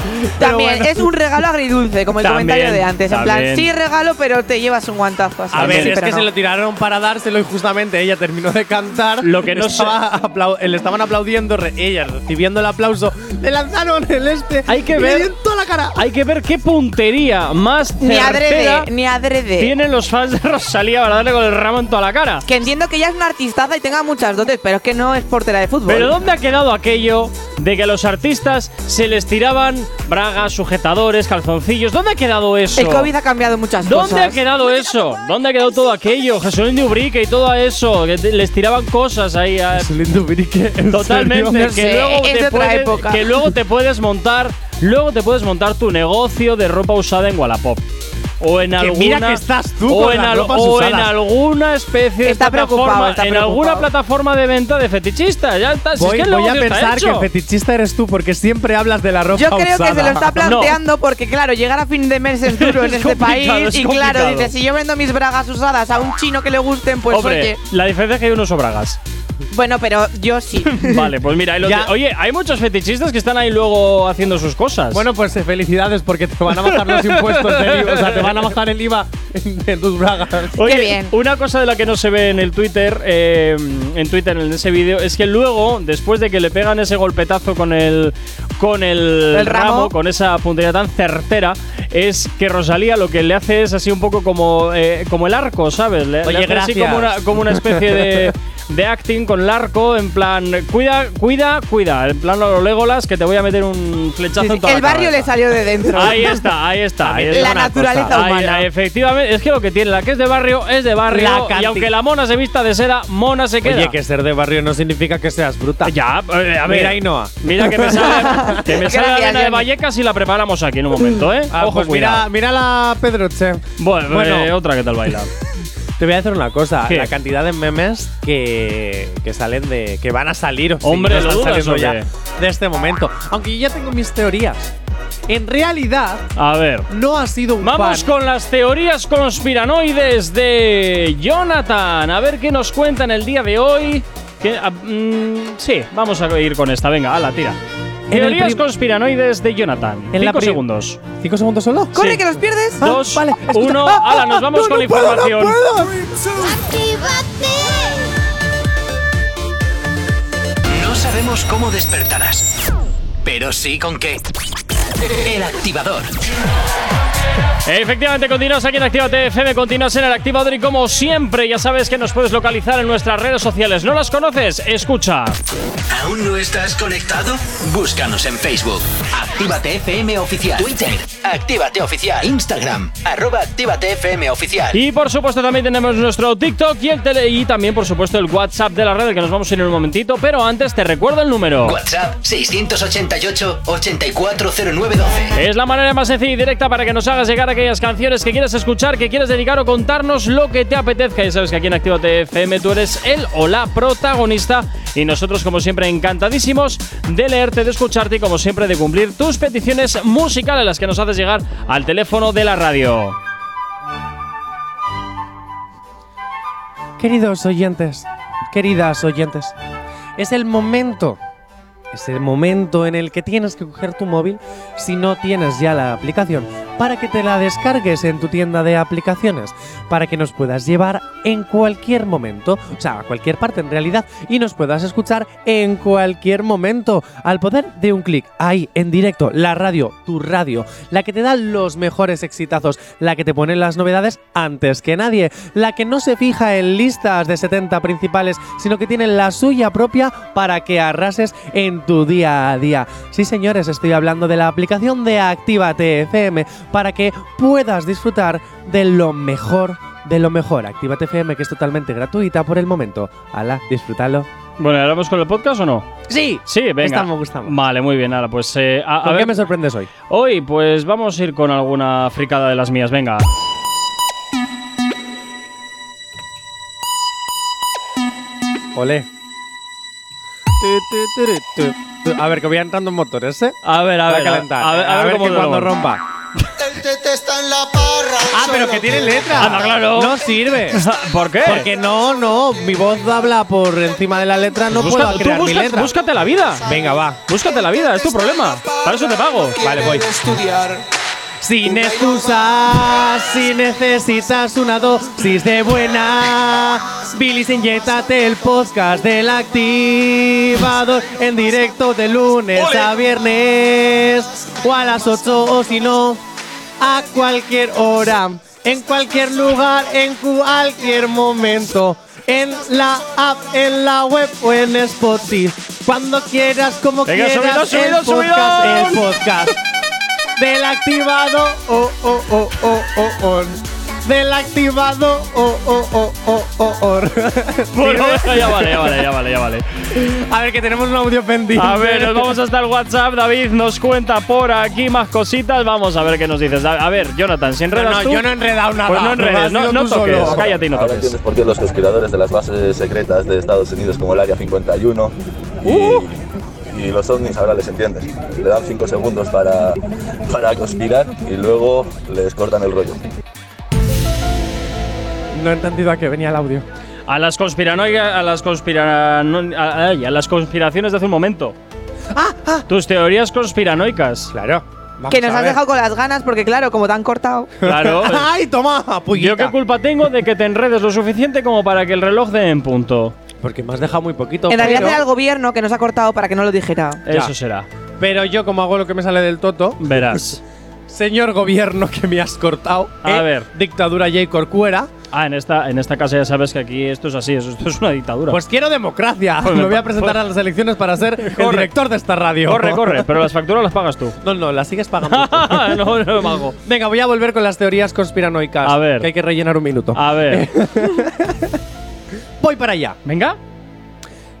S3: Pero
S2: También
S3: bueno.
S2: es un regalo agridulce, como el
S1: También,
S2: comentario de antes. En plan,
S1: también.
S2: sí regalo, pero te llevas un guantazo así.
S3: A ver,
S2: Sí,
S3: es
S2: pero
S3: que
S2: no.
S3: se lo tiraron para dárselo y justamente ella terminó de cantar.
S1: Lo que no
S3: Estaba aplau- le estaban aplaudiendo, re- ella recibiendo el aplauso. Le lanzaron el este.
S1: Hay que
S3: y
S1: ver-
S3: Le dio en toda la cara.
S1: [laughs] Hay que ver qué puntería más
S2: Ni
S1: certera
S2: adrede, ni adrede.
S1: tienen los fans de Rosalía para darle con el ramo en toda la cara.
S2: Que entiendo que ella es una artistaza y tenga muchas dotes, pero es que no es portera de fútbol.
S1: Pero ¿dónde ha quedado aquello de que a los artistas se les tiraban bragas, sujetadores, calzoncillos? ¿Dónde ha quedado eso?
S2: El COVID ha cambiado muchas
S1: ¿Dónde
S2: cosas.
S1: ha quedado eso? ¿Dónde ha quedado todo aquello? Jesús Ubrique y todo eso, que te- les tiraban cosas ahí. a-
S3: Lindo brique.
S1: Totalmente,
S2: No
S1: que,
S2: sé,
S1: luego
S2: es
S1: te
S2: de otra
S1: puedes,
S2: época.
S1: que luego te puedes montar, luego te puedes montar tu negocio de ropa usada en Wallapop. O en alguna
S3: mira que estás tú
S1: o
S3: con
S1: en,
S3: las
S1: al-
S3: ropas
S1: o en
S3: usadas.
S1: alguna especie de
S2: Está preocupado,
S1: plataforma,
S2: está
S1: en
S2: preocupado.
S1: alguna plataforma de venta de fetichistas, ya está, si es
S3: Voy,
S1: que el
S3: voy a
S1: negocio está
S3: pensar que
S1: hecho.
S3: fetichista eres tú porque siempre hablas de la ropa
S2: Yo creo que se lo
S1: [laughs]
S3: usada.
S2: está planteando porque, claro, llegar a fin de mes es duro en
S1: Es
S2: este país.
S1: complicado, es
S2: y
S1: complicado.
S2: claro, dice, si yo vendo mis bragas usadas a un chino que le gusten, pues
S1: Hombre,
S2: oye.
S1: la diferencia es que yo no uso
S3: [laughs]
S1: bragas.
S2: Bueno, pero yo
S1: [laughs]
S2: sí.
S1: vale, pues mira, ahí lo
S3: Ya.
S1: te- oye, hay muchos fetichistas que están ahí luego haciendo sus cosas.
S3: Bueno, pues eh, felicidades porque te van a bajar los impuestos del IVA. O sea, te van a bajar el IVA en, en tus bragas.
S1: Oye,
S2: Qué bien.
S1: una cosa de la que no se ve en el Twitter, eh, en Twitter en ese vídeo, es que luego, después de que le pegan ese golpetazo con el con el,
S2: El ramo.
S1: con esa puntería tan certera, es que Rosalía lo que le hace es así un poco como, eh, como el arco, ¿sabes? Le, le
S3: Oye,
S1: hace así
S3: gracias.
S1: como una, como una
S2: [laughs]
S1: especie de, de acting con el arco, en plan, cuida, cuida, cuida, en plan los Legolas que te voy a meter un flechazo en toda
S2: El
S1: la
S2: barrio
S1: cabeza.
S2: le salió de dentro.
S1: Ahí está, ahí
S3: [laughs]
S1: está. ahí
S3: También
S1: está.
S2: La
S3: una
S2: naturaleza
S3: cosa.
S1: Ay,
S2: humana.
S1: ay, efectivamente, es que lo que tiene la que es de barrio es de
S3: La
S1: barrio. Y
S3: canti-
S1: aunque la mona se vista de seda, mona se queda.
S3: Oye, que ser de barrio no significa que seas bruta.
S1: ya, eh, a ver.
S3: Mira, Ainhoa.
S1: Mira que
S3: [laughs]
S1: me sale, que me
S2: Gracias,
S1: sale avena de
S2: Johnny.
S1: Vallecas y la preparamos aquí en un momento, ¿eh?
S3: Ah,
S1: Ojo,
S3: pues mira,
S1: cuidado.
S3: mira la Pedroche.
S1: Bueno,
S3: Bueno.
S1: eh, otra que tal baila.
S3: Te voy a decir una cosa.
S1: ¿Qué?
S3: La cantidad de memes que, que salen de… que van a salir. O sí,
S1: Hombre,
S3: no
S1: ¿lo
S3: están
S1: dudas
S3: saliendo
S1: o qué?
S3: ya de este momento. Aunque yo ya tengo mis teorías. En realidad…
S1: A ver.
S3: No ha sido un
S1: Vamos
S3: fan.
S1: con las teorías conspiranoides de Jonathan. A ver qué nos cuentan el día de hoy. Que, ah, mm, sí, vamos a ir con esta. Venga, a la tira.
S3: En el
S1: Teorías
S3: prim-
S1: conspiranoides de Jonathan.
S3: En la
S1: Cinco
S3: prim-
S1: segundos.
S3: ¿Cinco segundos solo?
S2: Corre,
S1: Sí.
S2: que los pierdes.
S1: Dos,
S3: vale, escucha.
S1: uno.
S3: Ah, ah,
S1: ¡Hala!
S3: [laughs]
S1: Nos vamos
S3: no,
S1: con la
S3: no puedo, no
S1: información.
S4: No sabemos cómo despertarás, pero sí con qué. El activador.
S1: Efectivamente, continúas aquí en Actívate FM, continúas en el activador y como siempre, ya sabes que nos puedes localizar en nuestras redes sociales. ¿No las conoces? Escucha.
S4: ¿Aún no estás conectado? Búscanos en Facebook. Actívate FM Oficial. Twitter. Actívate Oficial. Instagram. Arroba Actívate FM Oficial.
S1: Y por supuesto también tenemos nuestro TikTok y el tele y también por supuesto el WhatsApp de la red al que nos vamos a ir en un momentito, pero antes te recuerdo el número.
S4: WhatsApp 688 840912.
S1: Es la manera más sencilla y directa para que nos hagas llegar aquellas canciones que quieras escuchar, que quieras dedicar o contarnos lo que te apetezca. Ya sabes que aquí en Actívate FM tú eres el o la protagonista y nosotros, como siempre, encantadísimos de leerte, de escucharte y, como siempre, de cumplir tus peticiones musicales, las que nos haces llegar al teléfono de la radio.
S3: Queridos oyentes, queridas oyentes, es el momento, es el momento en el que tienes que coger tu móvil si no tienes ya la aplicación, para que te la descargues en tu tienda de aplicaciones, para que nos puedas llevar en cualquier momento, o sea, a cualquier parte en realidad, y nos puedas escuchar en cualquier momento, al poder de un clic, ahí, en directo, la radio, tu radio, la que te da los mejores exitazos, la que te pone las novedades antes que nadie, la que no se fija en listas de 70 principales, sino que tiene la suya propia para que arrases en tu día a día. Sí, señores, estoy hablando de la aplicación de Actívate FM para que puedas disfrutar de lo mejor de lo mejor. Actívate FM que es totalmente gratuita por el momento. Hala, disfrútalo.
S1: Bueno, ¿ahora vamos con el podcast o no?
S3: Sí.
S1: Sí, venga.
S3: Esta me gusta más.
S1: Vale, muy bien. Ahora, pues eh, a, a
S3: ¿Con qué
S1: ver,
S3: me sorprendes hoy?
S1: hoy pues vamos a ir con alguna fricada de las mías. Venga.
S3: Olé. Tu, tu, tu, tu, tu, tu. A ver, que voy entrando en motores, ¿eh?
S1: A ver, a
S3: Voy
S1: ver, a ver,
S3: calentar.
S1: a ver, a ver
S3: que
S1: cómo lo
S3: cuando
S1: logro.
S3: rompa.
S7: El tete está en la parra.
S3: Ah, pero que tiene letra.
S1: Ah, no, claro.
S3: No sirve.
S1: [laughs] ¿Por qué?
S3: Porque no, no, mi voz habla por encima de la letra, no
S1: Busca-
S3: puedo
S1: tú
S3: crear mi
S1: busca-
S3: letra.
S1: búscate la vida.
S3: Venga, va.
S1: Búscate la vida, es tu problema. Para eso te pago.
S3: Vale, voy.
S7: Estudiar.
S3: Sin excusas, si necesitas una dosis de buena, Billy, inyectate el podcast del activador en directo de lunes a viernes o a las 8 o si no, a cualquier hora, en cualquier lugar, en cualquier momento. En la app, en la web o en Spotify. Cuando quieras, como
S1: Venga,
S3: quieras.
S1: subidón,
S3: el
S1: subidón,
S3: podcast,
S1: subidón.
S3: el podcast del activado oh oh oh oh oh oh del activado oh oh oh oh oh
S1: [laughs]
S3: oh
S1: Bueno,
S3: ¿Sirve?
S1: ya vale, ya vale, ya vale, ya vale.
S3: a ver que tenemos un audio pendiente
S1: A ver, nos vamos hasta el WhatsApp. David nos cuenta por aquí más cositas. Vamos a ver qué nos dices. A a ver, Jonathan, si
S3: no,
S1: enredas
S3: no,
S1: tú,
S3: yo no he enredado nada
S1: Pues no
S3: Has
S1: enredes, no,
S3: sido
S1: no
S3: tú
S1: toques.
S3: solo.
S1: Cállate y no
S5: Ahora
S1: toques.
S5: entiendes por qué los conspiradores de las bases secretas de Estados Unidos como el Área 51 y,
S1: Uh.
S5: y los ovnis ahora les entiendes. Le dan 5 segundos para, para conspirar y luego les cortan el rollo.
S3: no he entendido a qué venía el audio
S1: A las conspiranoicas, a las conspirano- a- ay, a las conspiraciones de hace un momento. Tus teorías conspiranoicas.
S3: claro
S2: Que nos has dejado con las ganas porque, claro, como te han cortado.
S1: [laughs] Claro.
S3: [laughs] ay toma
S1: ¿Yo qué
S3: pullita
S1: culpa tengo de que te enredes lo suficiente como para que el reloj dé en punto?
S3: porque me has dejado muy poquito
S2: En realidad
S3: pero-
S2: era el gobierno que nos ha cortado para que no lo dijera.
S3: Ya.
S1: Eso será.
S3: pero yo como hago lo que me sale del toto
S1: Verás.
S3: señor gobierno que me has cortado
S1: A
S3: eh,
S1: ver.
S3: dictadura J Corcuera
S1: Ah, en esta, en esta casa ya sabes que aquí esto es así, eso- esto es una dictadura.
S3: Pues
S1: [laughs]
S3: quiero democracia.
S1: Pues me
S3: me voy
S1: pa-
S3: a presentar a las elecciones para ser el
S1: Corre.
S3: director de esta radio.
S1: corre, corre, pero las facturas las pagas
S3: [laughs]
S1: tú. Ah,
S3: No, no, la sigues
S1: [laughs]
S3: pagando.
S1: no, no, mago.
S3: Venga, voy a volver con las teorías conspiranoicas.
S1: A ver.
S3: Que hay que rellenar un minuto.
S1: A ver.
S3: Voy para allá.
S1: Venga.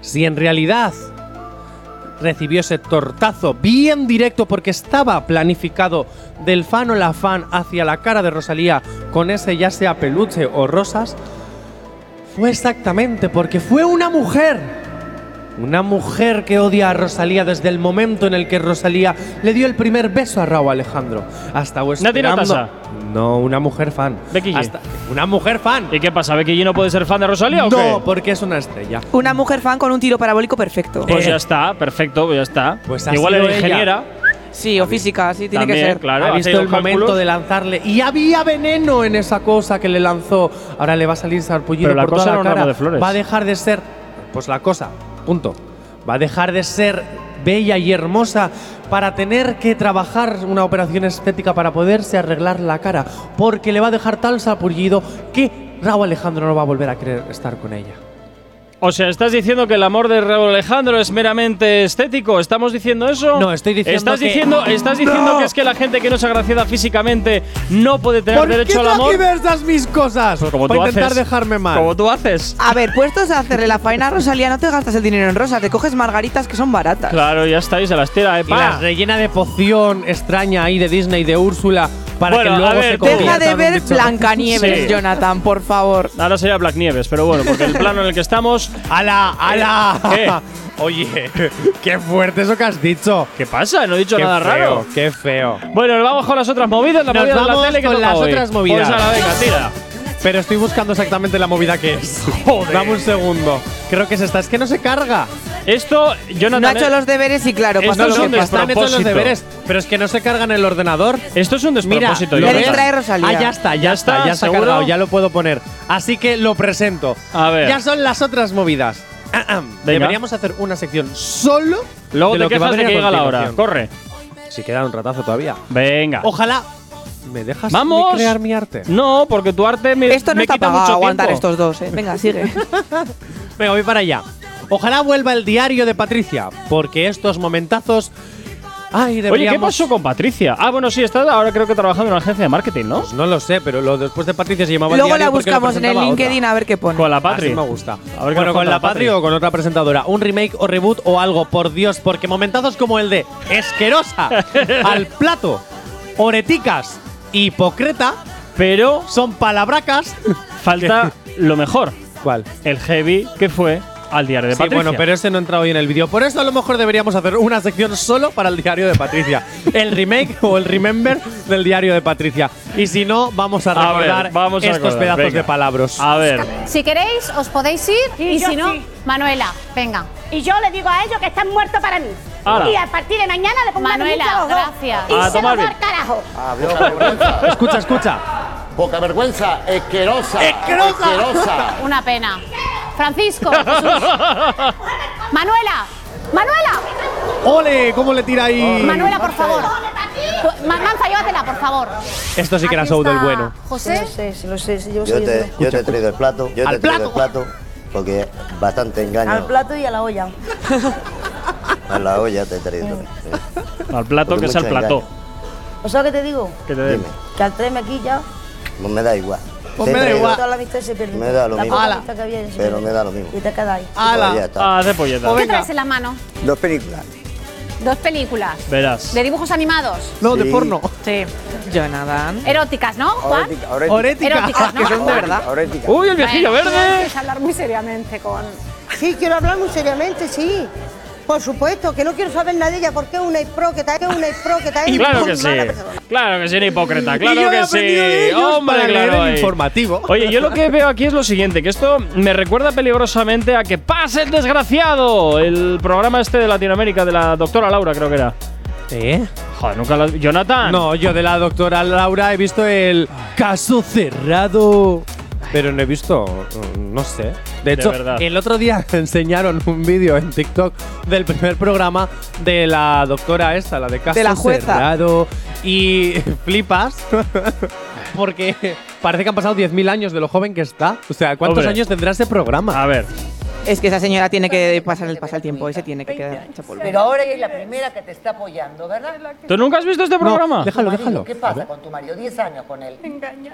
S3: Si en realidad recibió ese tortazo bien directo porque estaba planificado del fan o la fan hacia la cara de Rosalía con ese ya sea peluche o rosas, fue exactamente porque fue una mujer. Una mujer que odia a Rosalía desde el momento en el que Rosalía le dio el primer beso a Raúl Alejandro. Hasta
S1: Nati Natasha.
S3: No, una mujer fan.
S1: Becky G.
S3: Hasta- una mujer fan.
S1: ¿Y qué pasa? ¿Becky G no puede ser fan de Rosalía o
S3: No, pues,
S1: qué?
S3: porque es una estrella.
S2: Una mujer fan con un tiro parabólico perfecto.
S1: Pues ya está, perfecto, pues ya está.
S3: eh. Pues ha
S1: Igual
S3: sido
S1: era ingeniera.
S2: Sí, o física, sí, tiene
S1: También,
S2: que ser.
S1: claro.
S3: ha
S1: ha
S3: visto
S1: sido
S3: el
S1: cálculos.
S3: momento de lanzarle. Y había veneno en esa cosa que le lanzó. Ahora le va a salir sarpullido
S1: Pero la
S3: por
S1: cosa
S3: toda
S1: era
S3: la
S1: un
S3: cara.
S1: ramo de flores.
S3: Va a dejar de ser. Pues la cosa, punto. Va a dejar de ser bella y hermosa para tener que trabajar una operación estética para poderse arreglar la cara. Porque le va a dejar tal sarpullido que Raúl Alejandro no va a volver a querer estar con ella.
S1: O sea, ¿estás diciendo que el amor de Raúl Alejandro es meramente estético? ¿Estamos diciendo eso?
S3: No, estoy diciendo
S1: ¿Estás
S3: que-
S1: Diciendo, ¿Estás diciendo
S3: ¡No!
S1: que es que la gente que no es agraciada físicamente no puede tener derecho al amor?
S3: diversas mis cosas?
S1: Pues como
S3: para
S1: tú
S3: intentar
S1: haces.
S3: dejarme mal.
S1: Como tú haces.
S2: A ver, puestos a hacerle la faena a Rosalía, no te gastas el dinero en rosa, te coges margaritas que son baratas.
S1: Claro, ya está, y se las tira, eh,
S3: Y
S1: pa.
S3: las rellena de poción extraña ahí de Disney, de Úrsula, para
S1: Bueno,
S3: que luego
S1: a ver,
S3: se
S1: tú-
S3: convierta
S2: Deja
S3: en
S2: de
S3: un
S2: ver
S3: bicho.
S2: Blancanieves,
S1: Sí.
S2: Jonathan, por favor.
S1: Ahora sería Black Nieves, pero bueno, porque
S3: [laughs]
S1: el plano en el que estamos.
S3: ¡Hala, hala!
S1: ¿Qué?
S3: [laughs] Oye, qué fuerte eso que has dicho.
S1: ¿Qué pasa? No he dicho
S3: Qué
S1: nada
S3: feo,
S1: raro.
S3: qué feo.
S1: Bueno, nos vamos con las otras movidas, la
S3: Nos
S1: movida de la
S3: vamos
S1: tele que
S3: con
S1: toca
S3: las
S1: hoy.
S3: otras movidas.
S1: Pues a la venga, tira.
S3: Pero estoy buscando exactamente la movida que es.
S1: [laughs] Joder.
S3: Dame un segundo. Creo que es esta. Es que no se carga.
S1: Esto, Jonathan. eh,
S2: No ha hecho los deberes y claro,
S1: Esto
S2: pasa
S1: es
S2: lo que
S1: un
S2: pasa.
S3: Están hechos los
S1: despropósito.
S3: deberes, pero es que no se carga en el ordenador.
S1: Esto es un
S3: Mira,
S1: despropósito.
S2: Le
S3: ¿lo
S1: Jonathan.
S3: ves?
S2: distrae Rosalía.
S3: Ah, ya está, ya,
S1: ¿Ya
S3: está,
S1: está?
S3: ya se ha
S1: ¿Seguro?
S3: cargado, ya lo puedo poner. Así que lo presento.
S1: A ver.
S3: Ya son las otras movidas. Ahem. Deberíamos hacer una sección solo.
S1: Luego
S3: de
S1: te
S3: lo que va
S1: quejas
S3: a
S1: de
S3: venir
S1: que llega
S3: a
S1: la hora.
S3: continuación.
S1: Corre.
S3: Si queda un ratazo todavía.
S1: Venga.
S3: Ojalá. Mm, ¿Me dejas
S1: Vamos.
S3: crear mi arte?
S1: No, porque tu arte me,
S2: Esto no
S1: me
S2: está
S1: quita
S2: pagado
S1: mucho
S2: aguantar
S1: tiempo.
S2: estos dos, eh. Venga,
S1: [laughs]
S2: sigue.
S3: Venga, voy para allá. Ojalá vuelva el diario de Patricia, porque estos momentazos. Ay,
S1: Oye,
S3: deberíamos.
S1: ¿qué pasó con Patricia? Ah, bueno, sí, está ahora creo que trabajando en una agencia de marketing, ¿no?
S3: Pues no lo sé, pero lo, después de Patricia se llamaba
S2: Luego
S3: Diario
S2: la
S3: porque lo
S2: buscamos en el
S3: presentaba otra.
S2: LinkedIn a ver qué pone.
S1: Con la
S3: Así
S1: Patri.
S3: me gusta.
S1: A ver qué
S3: bueno,
S1: nos
S3: con
S1: cuenta
S3: la Patri o con otra presentadora. Un remake o reboot o algo, por Dios, porque momentazos como el de
S1: [laughs]
S3: Esquerosa, Al Plato, Oreticas, Hipocreta
S1: Pero
S3: son palabracas. [laughs]
S1: falta lo mejor.
S3: ¿Cuál?
S1: El heavy que fue al diario de
S3: Sí,
S1: Patricia.
S3: bueno, pero este no entra hoy en el vídeo. Por eso a lo mejor deberíamos hacer una sección solo para el diario de Patricia. el remake o el remember del diario de Patricia. Y si no, vamos a
S1: A ver,
S3: recordar
S1: vamos a
S3: estos
S1: recordar,
S3: pedazos
S1: venga.
S3: de palabras.
S1: A ver,
S8: Si queréis, os podéis ir
S9: Sí,
S8: y,
S9: yo
S8: si no,
S9: sí.
S8: Manuela, venga.
S9: Y yo le digo a ellos que están muertos para mí.
S1: Ala.
S9: Y a partir de mañana le pongo una
S8: Manuela,
S9: denuncia a los dos.
S8: gracias.
S9: Y
S1: A
S9: se
S1: tomar
S9: los
S1: bien.
S9: doy al carajo.
S7: Adiós, poca vergüenza.
S3: Escucha, escucha.
S7: Poca vergüenza, esquerosa. Esquerosa.
S8: Una pena. Francisco, Jesús. Manuela, Manuela,
S3: ¡Ole! ¿Cómo le tira ahí?
S8: Manuela, por favor. Pu- Ma- Manza, llévatela, por favor.
S3: Esto sí que era
S8: Aquí
S3: show del
S8: está
S3: bueno.
S8: José,
S6: sé, si lo sé, si yo
S10: Yo te, yo te he traído el plato, yo te
S3: ¡Al
S10: he traído el
S3: plato!
S10: plato, porque bastante engaño
S6: plato y a la olla.
S10: a la olla te he traído.
S1: al plato
S10: Porque
S1: que es al
S10: mucho
S1: plató.
S6: ¿O sea qué te digo?
S1: Que te den.
S10: Dime,
S6: Que al traerme aquí ya,
S10: pues me da igual. Te
S3: Pues
S10: he
S3: me da
S10: traído-
S3: igual.
S6: la amistad se pierde.
S10: Me da lo mismo.
S3: poca amistad
S6: que había
S10: Pero me da lo mismo.
S6: te quedáis.
S3: ¡Hala!
S10: Pues ya
S1: Ah,
S10: está.
S1: hace polleta.
S3: O
S8: ¿qué
S3: venga.
S8: traes en la mano?
S10: Dos películas.
S8: Dos películas.
S1: Verás.
S8: De dibujos animados.
S3: No, de
S10: Sí.
S3: porno.
S2: Sí. Jonathan.
S8: Eróticas, ¿no, Juan?
S10: Aurética,
S3: Orética.
S8: Eróticas, ¿no?
S2: Que son de verdad.
S10: aurética.
S3: Uh.
S1: ¡Uy, el viejillo
S8: Bueno,
S1: verde!
S8: tienes que hablar muy seriamente con.
S9: Sí, quiero hablar muy seriamente, sí. Por supuesto, que no quiero saber nada de ella, porque es una pro que trae, una pro que trae.
S1: Claro
S3: pues
S1: que sí. Claro que sí, era hipócrita. Claro
S3: Y yo he
S1: que
S3: aprendido de
S1: sí.
S3: ellos
S1: Hombre,
S3: para leer
S1: claro.
S3: el
S1: ahí.
S3: informativo.
S1: Oye, yo lo que veo aquí es lo siguiente, que esto me recuerda peligrosamente a que pase el desgraciado, el programa este de Latinoamérica de la doctora Laura, creo que era.
S3: ¿Eh?
S1: Joder, nunca la Jonathan.
S3: No, yo de la doctora Laura he visto el caso cerrado. Pero no he visto, no sé. De hecho,
S1: verdad.
S3: el otro día [laughs] enseñaron un vídeo en TikTok del primer programa de la doctora esta, la de caso
S2: De la jueza.
S3: cerrado. Y [laughs] flipas, porque parece que han pasado 10.000 años de lo joven que está. O sea, ¿cuántos
S1: Hombre. Ah.
S3: años tendrá este programa?
S1: A ver.
S2: Es que esa señora tiene que pasar el, pasar el tiempo y se tiene que quedar hecha polvo.
S9: Pero ahora ella es la primera que te está apoyando, ¿verdad?
S1: ¿Tú nunca has visto este programa?
S3: No, déjalo, déjalo.
S9: con tu marido? 10 años con él.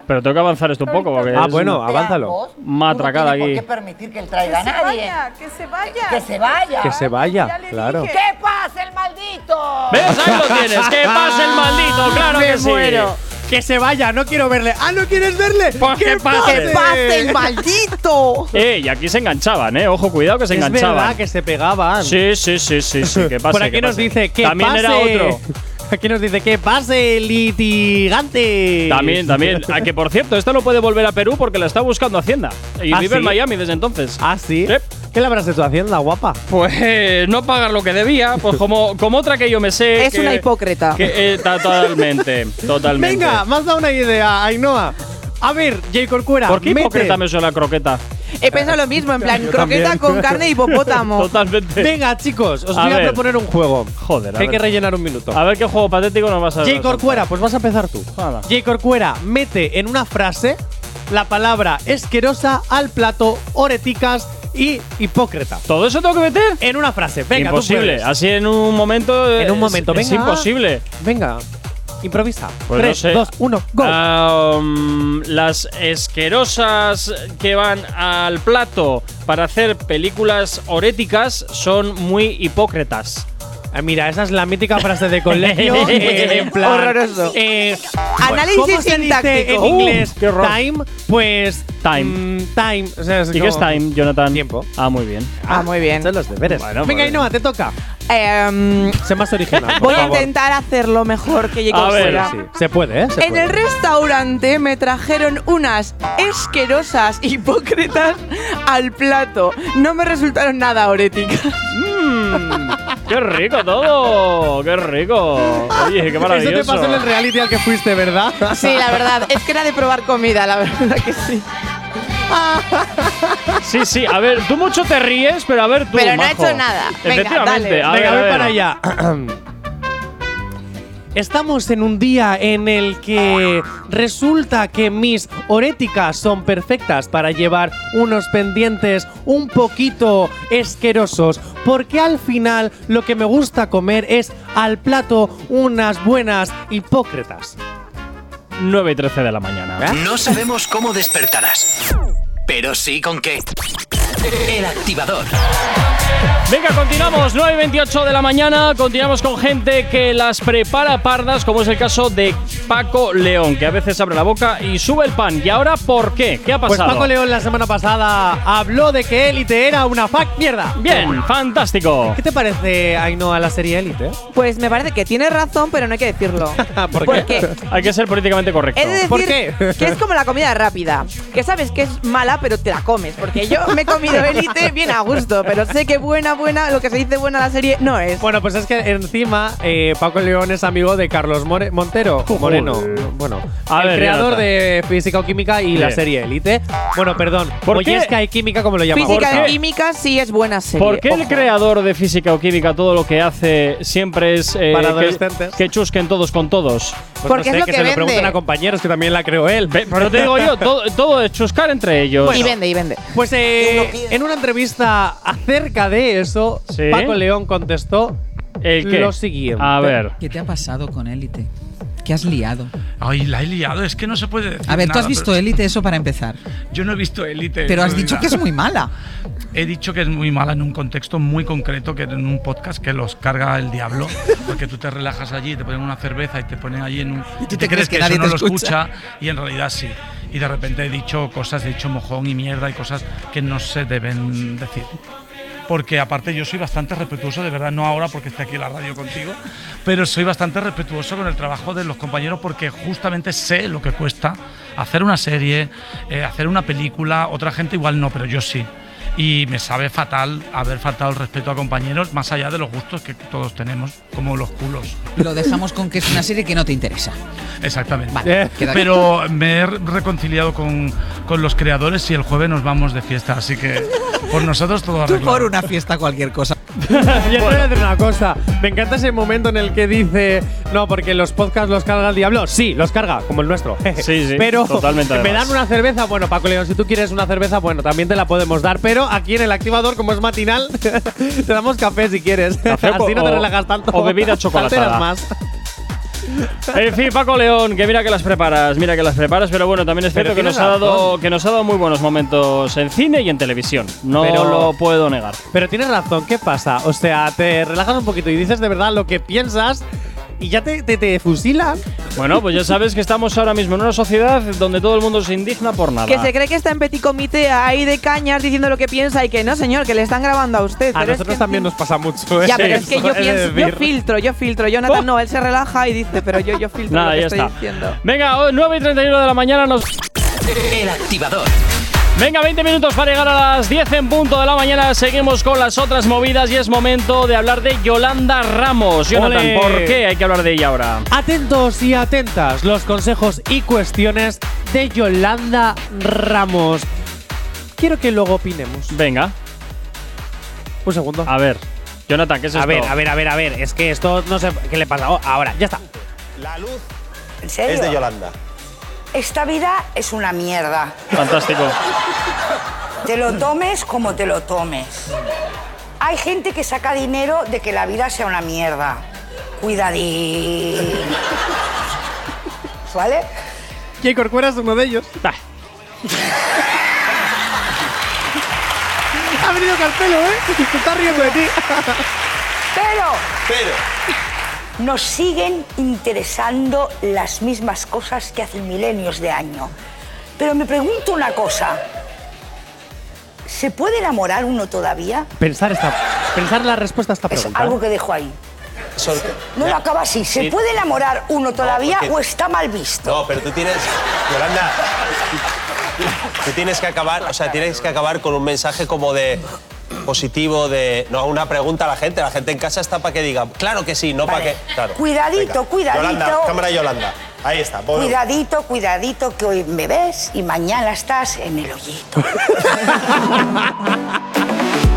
S1: Pero tengo que avanzar esto un poco porque
S3: Ah,
S1: es
S3: bueno, avánzalo.
S1: matracada aquí.
S9: permitir que él traiga a nadie.
S6: que se vaya.
S9: Que se vaya.
S3: Que se vaya, claro.
S9: ¿Qué pasa, el maldito?
S1: ¿Ves? Ahí lo tienes. [laughs] ¡Que pase el maldito! ¡Claro
S2: Me
S1: que sí!
S2: muero.
S3: Ah, Que se vaya, no quiero verle. Ah, no quieres verle.
S1: Pues que pase.
S2: ¡Que pase el maldito!
S1: Eh, y aquí se enganchaban, eh. Ojo, cuidado que se
S3: Es
S1: enganchaban.
S3: verdad que se pegaban.
S1: Sí, sí, sí, sí, sí, que pase.
S3: Por aquí
S1: que
S3: nos
S1: pase.
S3: dice que
S1: También
S3: pase.
S1: era otro.
S3: [laughs] Aquí nos dice que pase litigante.
S1: También, también. A que por cierto, esta no puede volver a Perú porque la está buscando Hacienda. Y
S3: ¿Ah,
S1: vive en
S3: sí?
S1: Miami desde entonces.
S3: [laughs] Ah, sí.
S1: Yep.
S3: ¿Qué le habrás hecho a Hacienda, guapa?
S1: Pues [laughs] no pagar lo que debía, pues como, como otra que yo me sé.
S2: Es
S1: que-
S2: una hipócrita.
S1: que, eh,
S2: [laughs]
S1: totalmente, totalmente.
S3: Venga, me has dado una idea, Ainhoa. A ver, J. Corcuera.
S1: ¿Por qué
S3: mete.
S1: hipócrita me suena croqueta?
S2: He pensado lo mismo, en plan,
S3: Yo
S2: croqueta
S3: también.
S2: con carne y hipopótamo.
S1: Totalmente.
S3: Venga, chicos, os
S1: A
S3: voy a
S1: ver.
S3: proponer un juego.
S1: Joder, a
S3: Que hay que
S1: ver.
S3: rellenar un minuto.
S1: A ver qué juego patético nos vas a
S3: J. Corcuera, pues vas a empezar tú.
S1: Hala.
S3: J. Corcuera, mete en una frase la palabra esquerosa al plato, oreticas y hipócrita.
S1: ¿Todo eso tengo que meter?
S3: En una frase, venga. tú
S1: imposible.
S3: puedes.
S1: Así en un momento.
S3: En un
S1: es-
S3: momento,
S1: es,
S3: venga.
S1: imposible.
S3: Venga, improvisa.
S1: Pues no
S3: 3,
S1: sé.
S3: 2, 1, go.
S1: Ah, um, las esquerosas que van al plato para hacer películas oréticas son muy hipócritas.
S3: Ah, mira, esa es la mítica frase de colegio. eh, en plan,
S2: Horroroso.
S3: eh,
S2: Análisis
S3: ¿Cómo se dice en
S2: sintáctico.
S3: inglés
S1: Uh, qué horror.
S3: time? Pues.
S1: Time.
S3: mm, time. O sea, es
S1: ¿Y qué es
S3: como-
S1: time, Jonathan?
S3: Tiempo.
S1: Ah, muy bien.
S2: Ah, muy bien.
S3: Son los deberes.
S1: Bueno,
S3: Venga,
S1: pues-
S3: Ainhoa, te toca.
S2: Em,
S3: Sé más original. por
S2: voy a
S3: favor.
S2: intentar hacerlo mejor que llegue
S1: A ver,
S2: fuera.
S3: Sí, se puede, ¿eh? Se
S2: En
S3: puede.
S2: el restaurante me trajeron unas asquerosas hipócritas al plato. No me resultaron nada oréticas.
S1: Mm, ¡Qué rico todo! ¡Qué rico! Oye, qué
S3: Eso
S1: maravilloso.
S3: te pasó en el reality al que fuiste, ¿verdad?
S2: Sí,
S3: [laughs]
S2: la [laughs] verdad. Es que era de probar comida, la verdad que sí.
S1: Sí, sí, a ver, tú mucho te ríes, pero a ver tú.
S2: Pero no he
S1: majo.
S2: hecho nada. Venga,
S1: Efectivamente,
S2: dale.
S1: a ver,
S3: Venga,
S1: a
S3: voy
S1: ver.
S3: para allá. [clears throat] Estamos en un día en el que resulta que mis oréticas son perfectas para llevar unos pendientes un poquito esquerosos, porque al final lo que me gusta comer es al plato unas buenas hipócritas.
S1: 9 y 13 de la mañana.
S4: No sabemos cómo despertarás, pero sí con qué. El activador.
S1: Venga, continuamos, 9 y 28 de la mañana, continuamos con gente que las prepara pardas, como es el caso de Paco León, que a veces abre la boca y sube el pan. ¿Y ahora por qué? ¿Qué ha
S3: Pues
S1: pasado?
S3: Paco León la semana pasada habló de que Élite era una fac mierda.
S1: Bien, fantástico.
S3: ¿Qué te parece, Ainhoa, la serie Élite?
S2: Pues me parece que tienes razón, pero no hay que decirlo.
S3: ¿Por
S2: [laughs] ¿Por
S3: qué?
S2: qué?
S1: Hay que ser políticamente correcto.
S2: Es decir, que es como la comida rápida, que sabes que es mala, pero te la comes, porque yo me he comido [laughs] élite bien a gusto, pero sé que buena, buena, lo que se dice buena la serie no es.
S3: Bueno, pues es que encima eh, Paco León es amigo de Carlos More- Montero. Moreno. Bueno,
S1: A
S3: el
S1: ver, ya
S3: creador
S1: está.
S3: de Física o Química y la
S1: Bien.
S3: serie Élite. Bueno, perdón.
S1: ¿Por
S3: Oye,
S1: qué?
S3: es que hay química, como lo Pues llamamos.
S2: Física
S1: ¿por
S2: y
S1: qué?
S2: química sí es buena serie.
S1: ¿Por qué el
S2: ojo.
S1: creador de física o química todo lo que hace siempre es eh,
S3: Para
S1: que-
S3: adolescentes.
S1: que, chusquen todos con todos?
S3: Pues
S2: Porque
S3: no
S2: es
S3: sé,
S2: lo
S3: que,
S2: que
S3: se lo
S2: vende.
S3: pregunten a compañeros, que también la creó él.
S1: Ve, Pero te digo yo, todo, todo es chuscar entre ellos.
S2: Y vende, y vende.
S3: Pues eh, en una entrevista acerca de eso,
S1: Sí.
S3: Paco León contestó
S1: ¿El qué?
S3: lo siguiente.
S1: A ver.
S11: ¿Qué te ha pasado con Élite? ¿Qué has liado?
S12: Ay, la he liado, es que no se puede decir.
S11: A ver, tú
S12: nada,
S11: has visto
S12: pero-
S11: Élite, eso para empezar.
S12: Yo no he visto Élite.
S11: Pero has
S12: en
S11: dicho que
S12: realidad.
S11: es muy mala.
S12: He dicho que es muy mala en un contexto muy concreto, que en un podcast que los carga el diablo, porque tú te relajas allí, te ponen una cerveza y te ponen allí en un.
S11: Y tú
S12: y
S11: te crees que
S12: eso
S11: nadie
S12: no
S11: te
S12: lo
S11: escucha.
S12: escucha, y en realidad sí. Y de repente he dicho cosas, he dicho mojón y mierda y cosas que no se deben decir. Porque aparte yo soy bastante respetuoso, de verdad, no ahora porque estoy aquí en la radio contigo, pero soy bastante respetuoso con el trabajo de los compañeros porque justamente sé lo que cuesta hacer una serie, eh, hacer una película, otra gente igual no, pero yo sí. Y me sabe fatal haber faltado el respeto a compañeros, más allá de los gustos que todos tenemos, como los culos.
S11: Lo dejamos con que es una serie que no te interesa.
S12: Exactamente.
S11: Vale, queda aquí.
S12: Eh, Pero me he reconciliado con, con los creadores y el jueves nos vamos de fiesta, así que por nosotros todo
S11: Tú
S12: arreglado.
S11: por una fiesta cualquier cosa.
S3: [laughs] Yo te voy a decir una cosa. Me encanta ese momento en el que dice, no, porque los podcasts los carga el diablo. Sí, los carga, como el nuestro.
S1: Sí, sí,
S3: [laughs] Pero
S1: totalmente,
S3: me
S1: además.
S3: dan una cerveza. Bueno, Paco León, si tú quieres una cerveza, bueno, también te la podemos dar. Pero aquí en el activador, como es matinal, [laughs] te damos café si quieres.
S1: Café o-
S3: [laughs] Así no te
S1: o-
S3: relajas tanto.
S1: o
S3: [laughs]
S1: bebida chocolatada.
S3: Alteras más.
S1: En fin, Paco León, que mira que las preparas, mira que las preparas, pero bueno, también es cierto
S3: Pero
S1: que
S3: tienes
S1: nos, ha dado,
S3: razón.
S1: que nos ha dado muy buenos momentos en cine y en televisión. No
S3: Pero-
S1: lo puedo negar.
S3: Pero tienes razón, ¿qué pasa? O sea, te relajas un poquito y dices de verdad lo que piensas y ya te, te, te fusilan.
S1: Bueno, pues ya sabes que estamos ahora mismo en una sociedad donde todo el mundo se indigna por nada.
S2: Que se cree que está en petit comité ahí de cañas diciendo lo que piensa y que no, señor, que le están grabando a usted.
S3: A
S2: pero es
S3: nosotros
S2: que-
S3: también nos pasa mucho. ¿eh?
S1: [laughs]
S2: Ya, pero es que
S3: [laughs] Eso,
S2: yo
S3: he de
S2: pienso, yo
S3: decir.
S2: filtro, yo filtro. Jonathan no, él se relaja y dice, pero yo, yo filtro
S1: ¡Oh! Nada,
S2: lo que
S1: ya
S2: estoy
S1: está.
S2: diciendo.
S1: Venga, hoy 9 y 31 de la mañana nos.
S4: El activador.
S1: Venga, 20 minutos para llegar a las 10 en punto de la mañana. Seguimos con las otras movidas y es momento de hablar de Yolanda Ramos. Jonathan,
S3: Ole.
S1: ¿por qué hay que hablar de ella ahora?
S3: Atentos y atentas los consejos y cuestiones de Yolanda Ramos. Quiero que luego opinemos.
S1: Venga,
S3: Un segundo.
S1: a ver. Jonathan, ¿qué es
S3: A
S1: esto?
S3: ver, a ver, a ver, a ver. Es que esto no sé qué le pasa. Oh, ahora, ya está.
S13: La luz
S14: ¿En serio?
S13: es de Yolanda.
S14: Esta vida es una mierda.
S1: Fantástico.
S14: Te lo tomes como te lo tomes. Hay gente que saca dinero de que la vida sea una mierda. Cuidadín. ¿Vale?
S3: Jay Corcuera es uno de ellos.
S1: Bah,
S3: [laughs] Ha venido Carpelo, ¿eh? Se está riendo de ti.
S14: Pero
S13: Pero
S14: nos siguen interesando las mismas cosas que hace milenios de año. Pero me pregunto una cosa. ¿Se puede enamorar uno todavía?
S3: Pensar, esta, pensar la respuesta a esta
S14: Es
S3: pregunta. ¿eh?
S14: algo que dejo ahí.
S13: Sol-
S14: No lo acaba así. ¿Se
S13: Sí.
S14: puede enamorar uno todavía
S13: porque-
S14: o está mal visto?
S13: No, pero tú tienes. Yolanda. Tú tienes que acabar, o sea, tienes que acabar con un mensaje como de positivo, de. No, una pregunta a la gente. La gente en casa está para que diga, claro que sí, no
S14: Vale.
S13: para que. Claro.
S14: Cuidadito, cuidadito.
S13: Yolanda, cámara Yolanda. Ahí está. volumen.
S14: Cuidadito, cuidadito, que hoy me ves y mañana estás en el hoyito.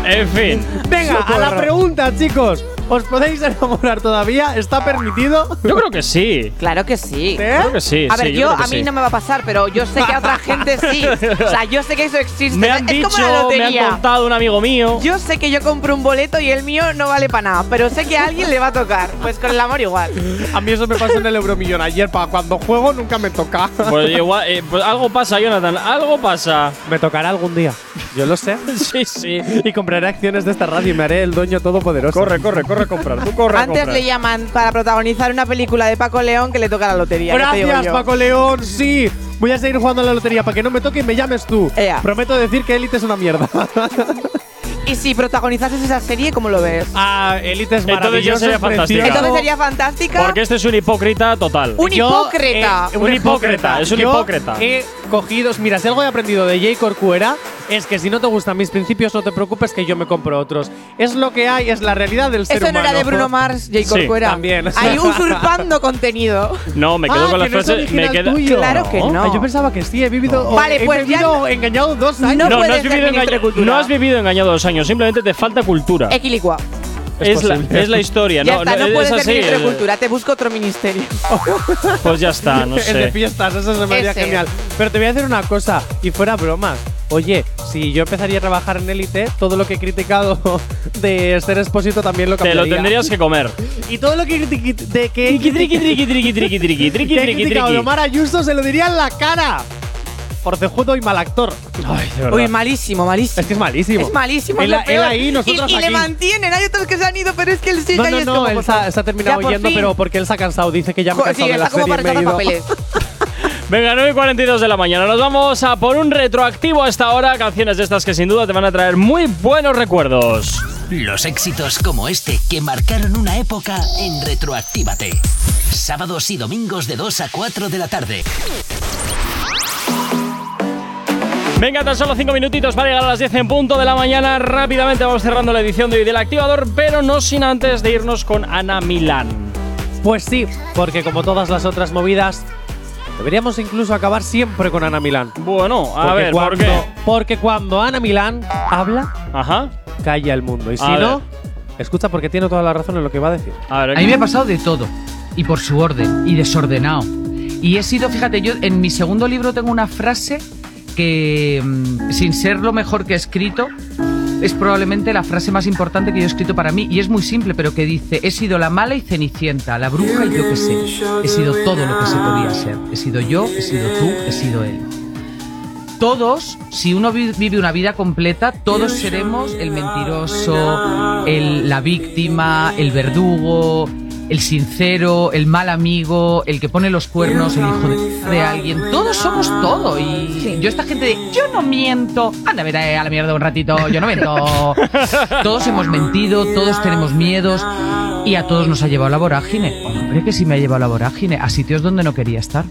S1: En fin.
S3: Venga, a la pregunta, chicos. ¿Os podéis enamorar todavía? ¿Está permitido?
S1: Yo creo que sí.
S2: Claro que sí.
S1: Creo que sí.
S2: a ver,
S1: sí,
S2: yo,
S1: creo que
S2: a mí
S1: sí.
S2: no me va a pasar, pero yo sé que
S1: [laughs]
S2: a otra gente sí. O sea, yo sé que eso existe.
S1: Me han
S2: es como la
S1: dicho, me han
S2: lotería.
S1: contado un amigo mío.
S2: Yo sé que yo compro un boleto y el mío no vale para nada, pero sé que a alguien le va a tocar. Pues con el amor igual.
S1: [laughs]
S3: A mí eso me pasó en el Euromillón ayer, para cuando juego nunca me toca.
S1: Pues igual, eh, pues algo pasa, Jonathan, algo pasa. [laughs]
S3: Me tocará algún día. Yo lo sé.
S1: sí, sí.
S3: Y compraré acciones de esta radio y me haré el dueño todopoderoso.
S1: Corre, corre, corre a comprar. Tú corre
S2: Antes le llaman para protagonizar una película de Paco León que le toca la lotería. ya te digo
S3: Gracias,
S2: yo.
S3: Paco León. Sí. Voy a seguir jugando a la lotería para que no me toque y me llames tú. Prometo decir que Elite es una mierda.
S2: Y si protagonizases esa serie, ¿cómo lo ves?
S3: ah, Elite es
S1: Entonces ya
S3: maravilloso.
S1: sería fantástica.
S2: Entonces sería fantástica.
S1: Porque este es un hipócrita total.
S2: Un hipócrita.
S1: un hipócrita, es un
S3: eh, Yo
S1: hipócrita.
S3: He cogido. Mira, si algo he aprendido de Jay Corcuera es que si no te gustan mis principios, no te preocupes que yo me compro otros. Es lo que hay, es la realidad del ser
S2: Eso no
S3: humano.
S2: era de Bruno Mars, J. Corcuera.
S3: Sí, también. [laughs]
S2: Ahí usurpando contenido.
S1: No, me quedo
S3: Ah,
S1: con las
S3: que no es
S1: frases. Me
S3: original
S1: quedo.
S3: tuyo. Claro
S2: que no.
S3: Ah, Yo pensaba que sí, he vivido. o
S2: Vale,
S3: he
S2: pues ya
S3: vivido
S2: no-
S3: engañado dos años.
S2: no puedes ser
S1: engaña-
S2: ministro de Cultura.
S1: no has vivido engañado dos años, simplemente te falta cultura.
S2: Equilicua.
S1: Es, la,
S3: posible.
S1: es la historia,
S2: ya
S1: no,
S2: está, no,
S1: es-
S2: puedes
S1: es
S2: ser
S1: así,
S2: ministro de
S1: eh,
S2: Cultura, te busco otro ministerio.
S1: Pues ya está,
S3: [laughs]
S1: no
S3: El de
S1: sé.
S3: fiestas, eso se me haría
S2: Ese.
S3: genial. Pero te voy a decir una cosa, y fuera bromas. Oye, si yo empezaría a trabajar en élite, todo lo que he criticado [laughs] de ser expósito también lo
S1: Te
S3: cambiaría.
S1: lo tendrías que comer.
S3: Y todo lo que, critiqui- de que he
S1: Triqui, triqui, triqui,
S3: critiqui-
S1: triqui, triqui, triqui, triqui,
S3: que he
S1: triqui,
S3: criticado de
S1: triqui.
S3: Omar Ayuso se lo diría en la cara. Forcejudo y mal actor. Ay, de
S2: Uy, malísimo, malísimo.
S3: Es que es malísimo.
S2: Es malísimo,
S3: Él,
S2: es lo
S3: él
S2: peor.
S3: ahí,
S2: Y-
S3: nosotros
S2: y, le
S3: aquí.
S2: mantienen, hay otros que se han ido, pero es que él sigue
S3: No,
S2: ahí
S3: no,
S2: es
S3: no,
S2: como,
S3: él
S2: por
S3: se ha,
S2: favor.
S3: se ha terminado
S2: Ya, por
S3: yendo,
S2: fin.
S3: pero porque él se ha cansado. Dice que ya me he
S2: Jo, sí,
S3: cansado de la
S2: está como
S3: serie
S2: para
S3: y me he
S2: rechazar
S3: ido.
S2: papeles.
S1: Venga, 9 y 42 de la mañana. Nos vamos a por un retroactivo hasta ahora. Canciones de estas que sin duda te van a traer muy buenos recuerdos.
S4: Los éxitos como este que marcaron una época en Retroactívate. Sábados y domingos de 2 a 4 de la tarde.
S1: Venga, tan solo 5 minutitos para llegar a las 10 en punto de la mañana. Rápidamente vamos cerrando la edición de hoy del activador, pero no sin antes de irnos con Ana Milán.
S3: Pues sí, porque como todas las otras movidas, deberíamos incluso acabar siempre con Ana Milán.
S1: Bueno, a ver, ¿por
S3: cuando,
S1: qué?
S3: Porque cuando Ana Milán habla, calla el mundo. Y si
S1: A ver.
S3: no, escucha porque tiene toda la razón en lo que va a decir.
S11: A mí me ha pasado de todo, y por su orden, y desordenado. Y he sido, fíjate, yo en mi segundo libro tengo una frase que, mm, sin ser lo mejor que he escrito, es probablemente la frase más importante que yo he escrito para mí, y es muy simple, pero que dice, he sido la mala y cenicienta, la bruja y yo qué sé, he sido todo lo que se podía ser, he sido yo, he sido tú, he sido él. Todos, si uno vi- vive una vida completa, todos seremos el mentiroso, el- la víctima, el verdugo, el sincero, el mal amigo, el que pone los cuernos, el hijo de, de alguien. Todos somos todo. Y yo, esta gente de yo no miento, anda, vete a la mierda un ratito, yo no miento. todos hemos mentido, todos tenemos miedos y a todos nos ha llevado la vorágine. Hombre, que sí me ha llevado la vorágine a sitios donde no quería estar.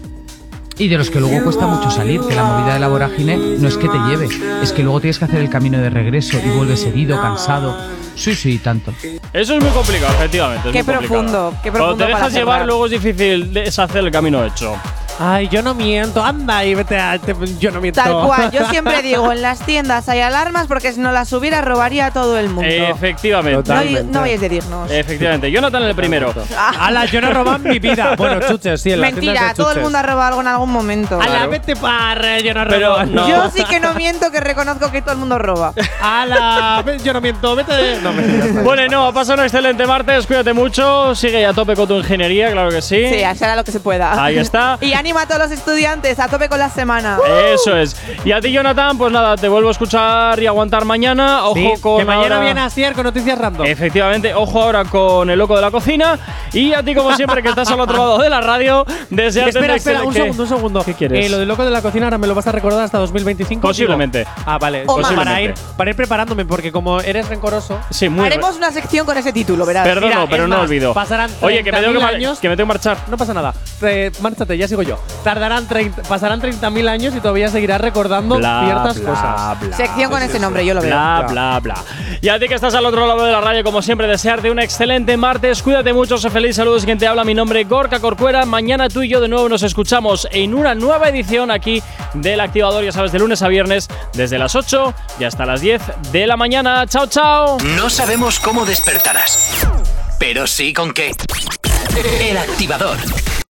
S11: Y de los que luego cuesta mucho salir, que la movida de la vorágine no es que te lleve, es que luego tienes que hacer el camino de regreso y vuelves herido, cansado. Sí, sí, tanto.
S1: Eso es muy complicado, efectivamente. es
S2: Qué
S1: muy complicado.
S2: profundo, qué profundo
S1: Cuando te
S2: para
S1: dejas
S2: cerrar.
S1: llevar, luego es difícil deshacer el camino hecho.
S3: Ay, yo no miento, anda y vete a. te- yo no miento.
S2: Tal cual, yo siempre digo, en las tiendas hay alarmas porque si no las hubiera robaría a todo el mundo.
S1: Efectivamente. Eh,
S2: no, y- no vayáis de dignos.
S1: Efectivamente. Jonathan el primero.
S3: [laughs] Ala, yo no roban mi vida. Bueno, chuches, sí, en las
S2: Mentira,
S3: tiendas de
S2: todo el
S3: chuches.
S2: mundo ha robado algo en algún momento.
S3: Ala, vete para. Yo no
S1: Pero
S3: robo.
S1: no.
S2: Yo sí que no miento que reconozco que todo el mundo
S1: [laughs]
S2: roba.
S3: Ala, ve- yo no miento, vete. No, mentira, está bien.
S1: Bueno, no, pasa un excelente martes, cuídate mucho, sigue a tope con tu ingeniería, claro que sí.
S2: Sí, se hará lo que se pueda.
S1: Ahí está. Eh,
S2: Y anima a todos los estudiantes a tope con la semana.
S1: Eso es. Y a ti, Jonathan, pues nada, te vuelvo a escuchar y aguantar mañana. Ojo
S3: Sí,
S1: con.
S3: que mañana
S1: ahora-
S3: viene a Asier con noticias random.
S1: Efectivamente, ojo ahora con el loco de la cocina. Y a ti, como siempre, que estás al otro lado de la radio, desearte
S3: espera,
S1: un
S3: espera,
S1: excelente-
S3: un segundo, un segundo.
S1: ¿Qué quieres?
S3: Eh, lo del loco de la cocina ahora me lo vas a recordar hasta 2025.
S1: Posiblemente.
S3: digo. Ah, vale.
S1: O más.
S3: Para ir, para ir preparándome, porque como eres rencoroso.
S1: Sí, muy.
S2: Haremos una sección con ese título, verás.
S1: Perdono,
S3: Mira,
S1: pero
S3: es
S1: no
S3: más,
S1: olvido.
S3: pasarán
S1: Oye, que me, tengo que,
S3: 30.000
S1: mar-
S3: años.
S1: que me tengo que marchar.
S3: No pasa nada. Eh, márchate, ya sigo yo. Tardarán 30, pasarán 30.000 años y todavía seguirás recordando
S1: Bla,
S3: ciertas
S1: bla,
S3: cosas.
S1: bla.
S2: Sección con ese nombre, yo lo veo.
S1: Bla, bla, bla. Y a ti que estás al otro lado de la radio, como siempre, desearte un excelente martes. Cuídate mucho, sé feliz. Saludos, quien te habla. Mi nombre es Gorka Corcuera. Mañana tú y yo de nuevo nos escuchamos en una nueva edición aquí del Activador, ya sabes, de lunes a viernes, desde las 8 y hasta las 10 de la mañana. Chao, chao.
S4: No sabemos cómo despertarás, pero sí con qué. El activador.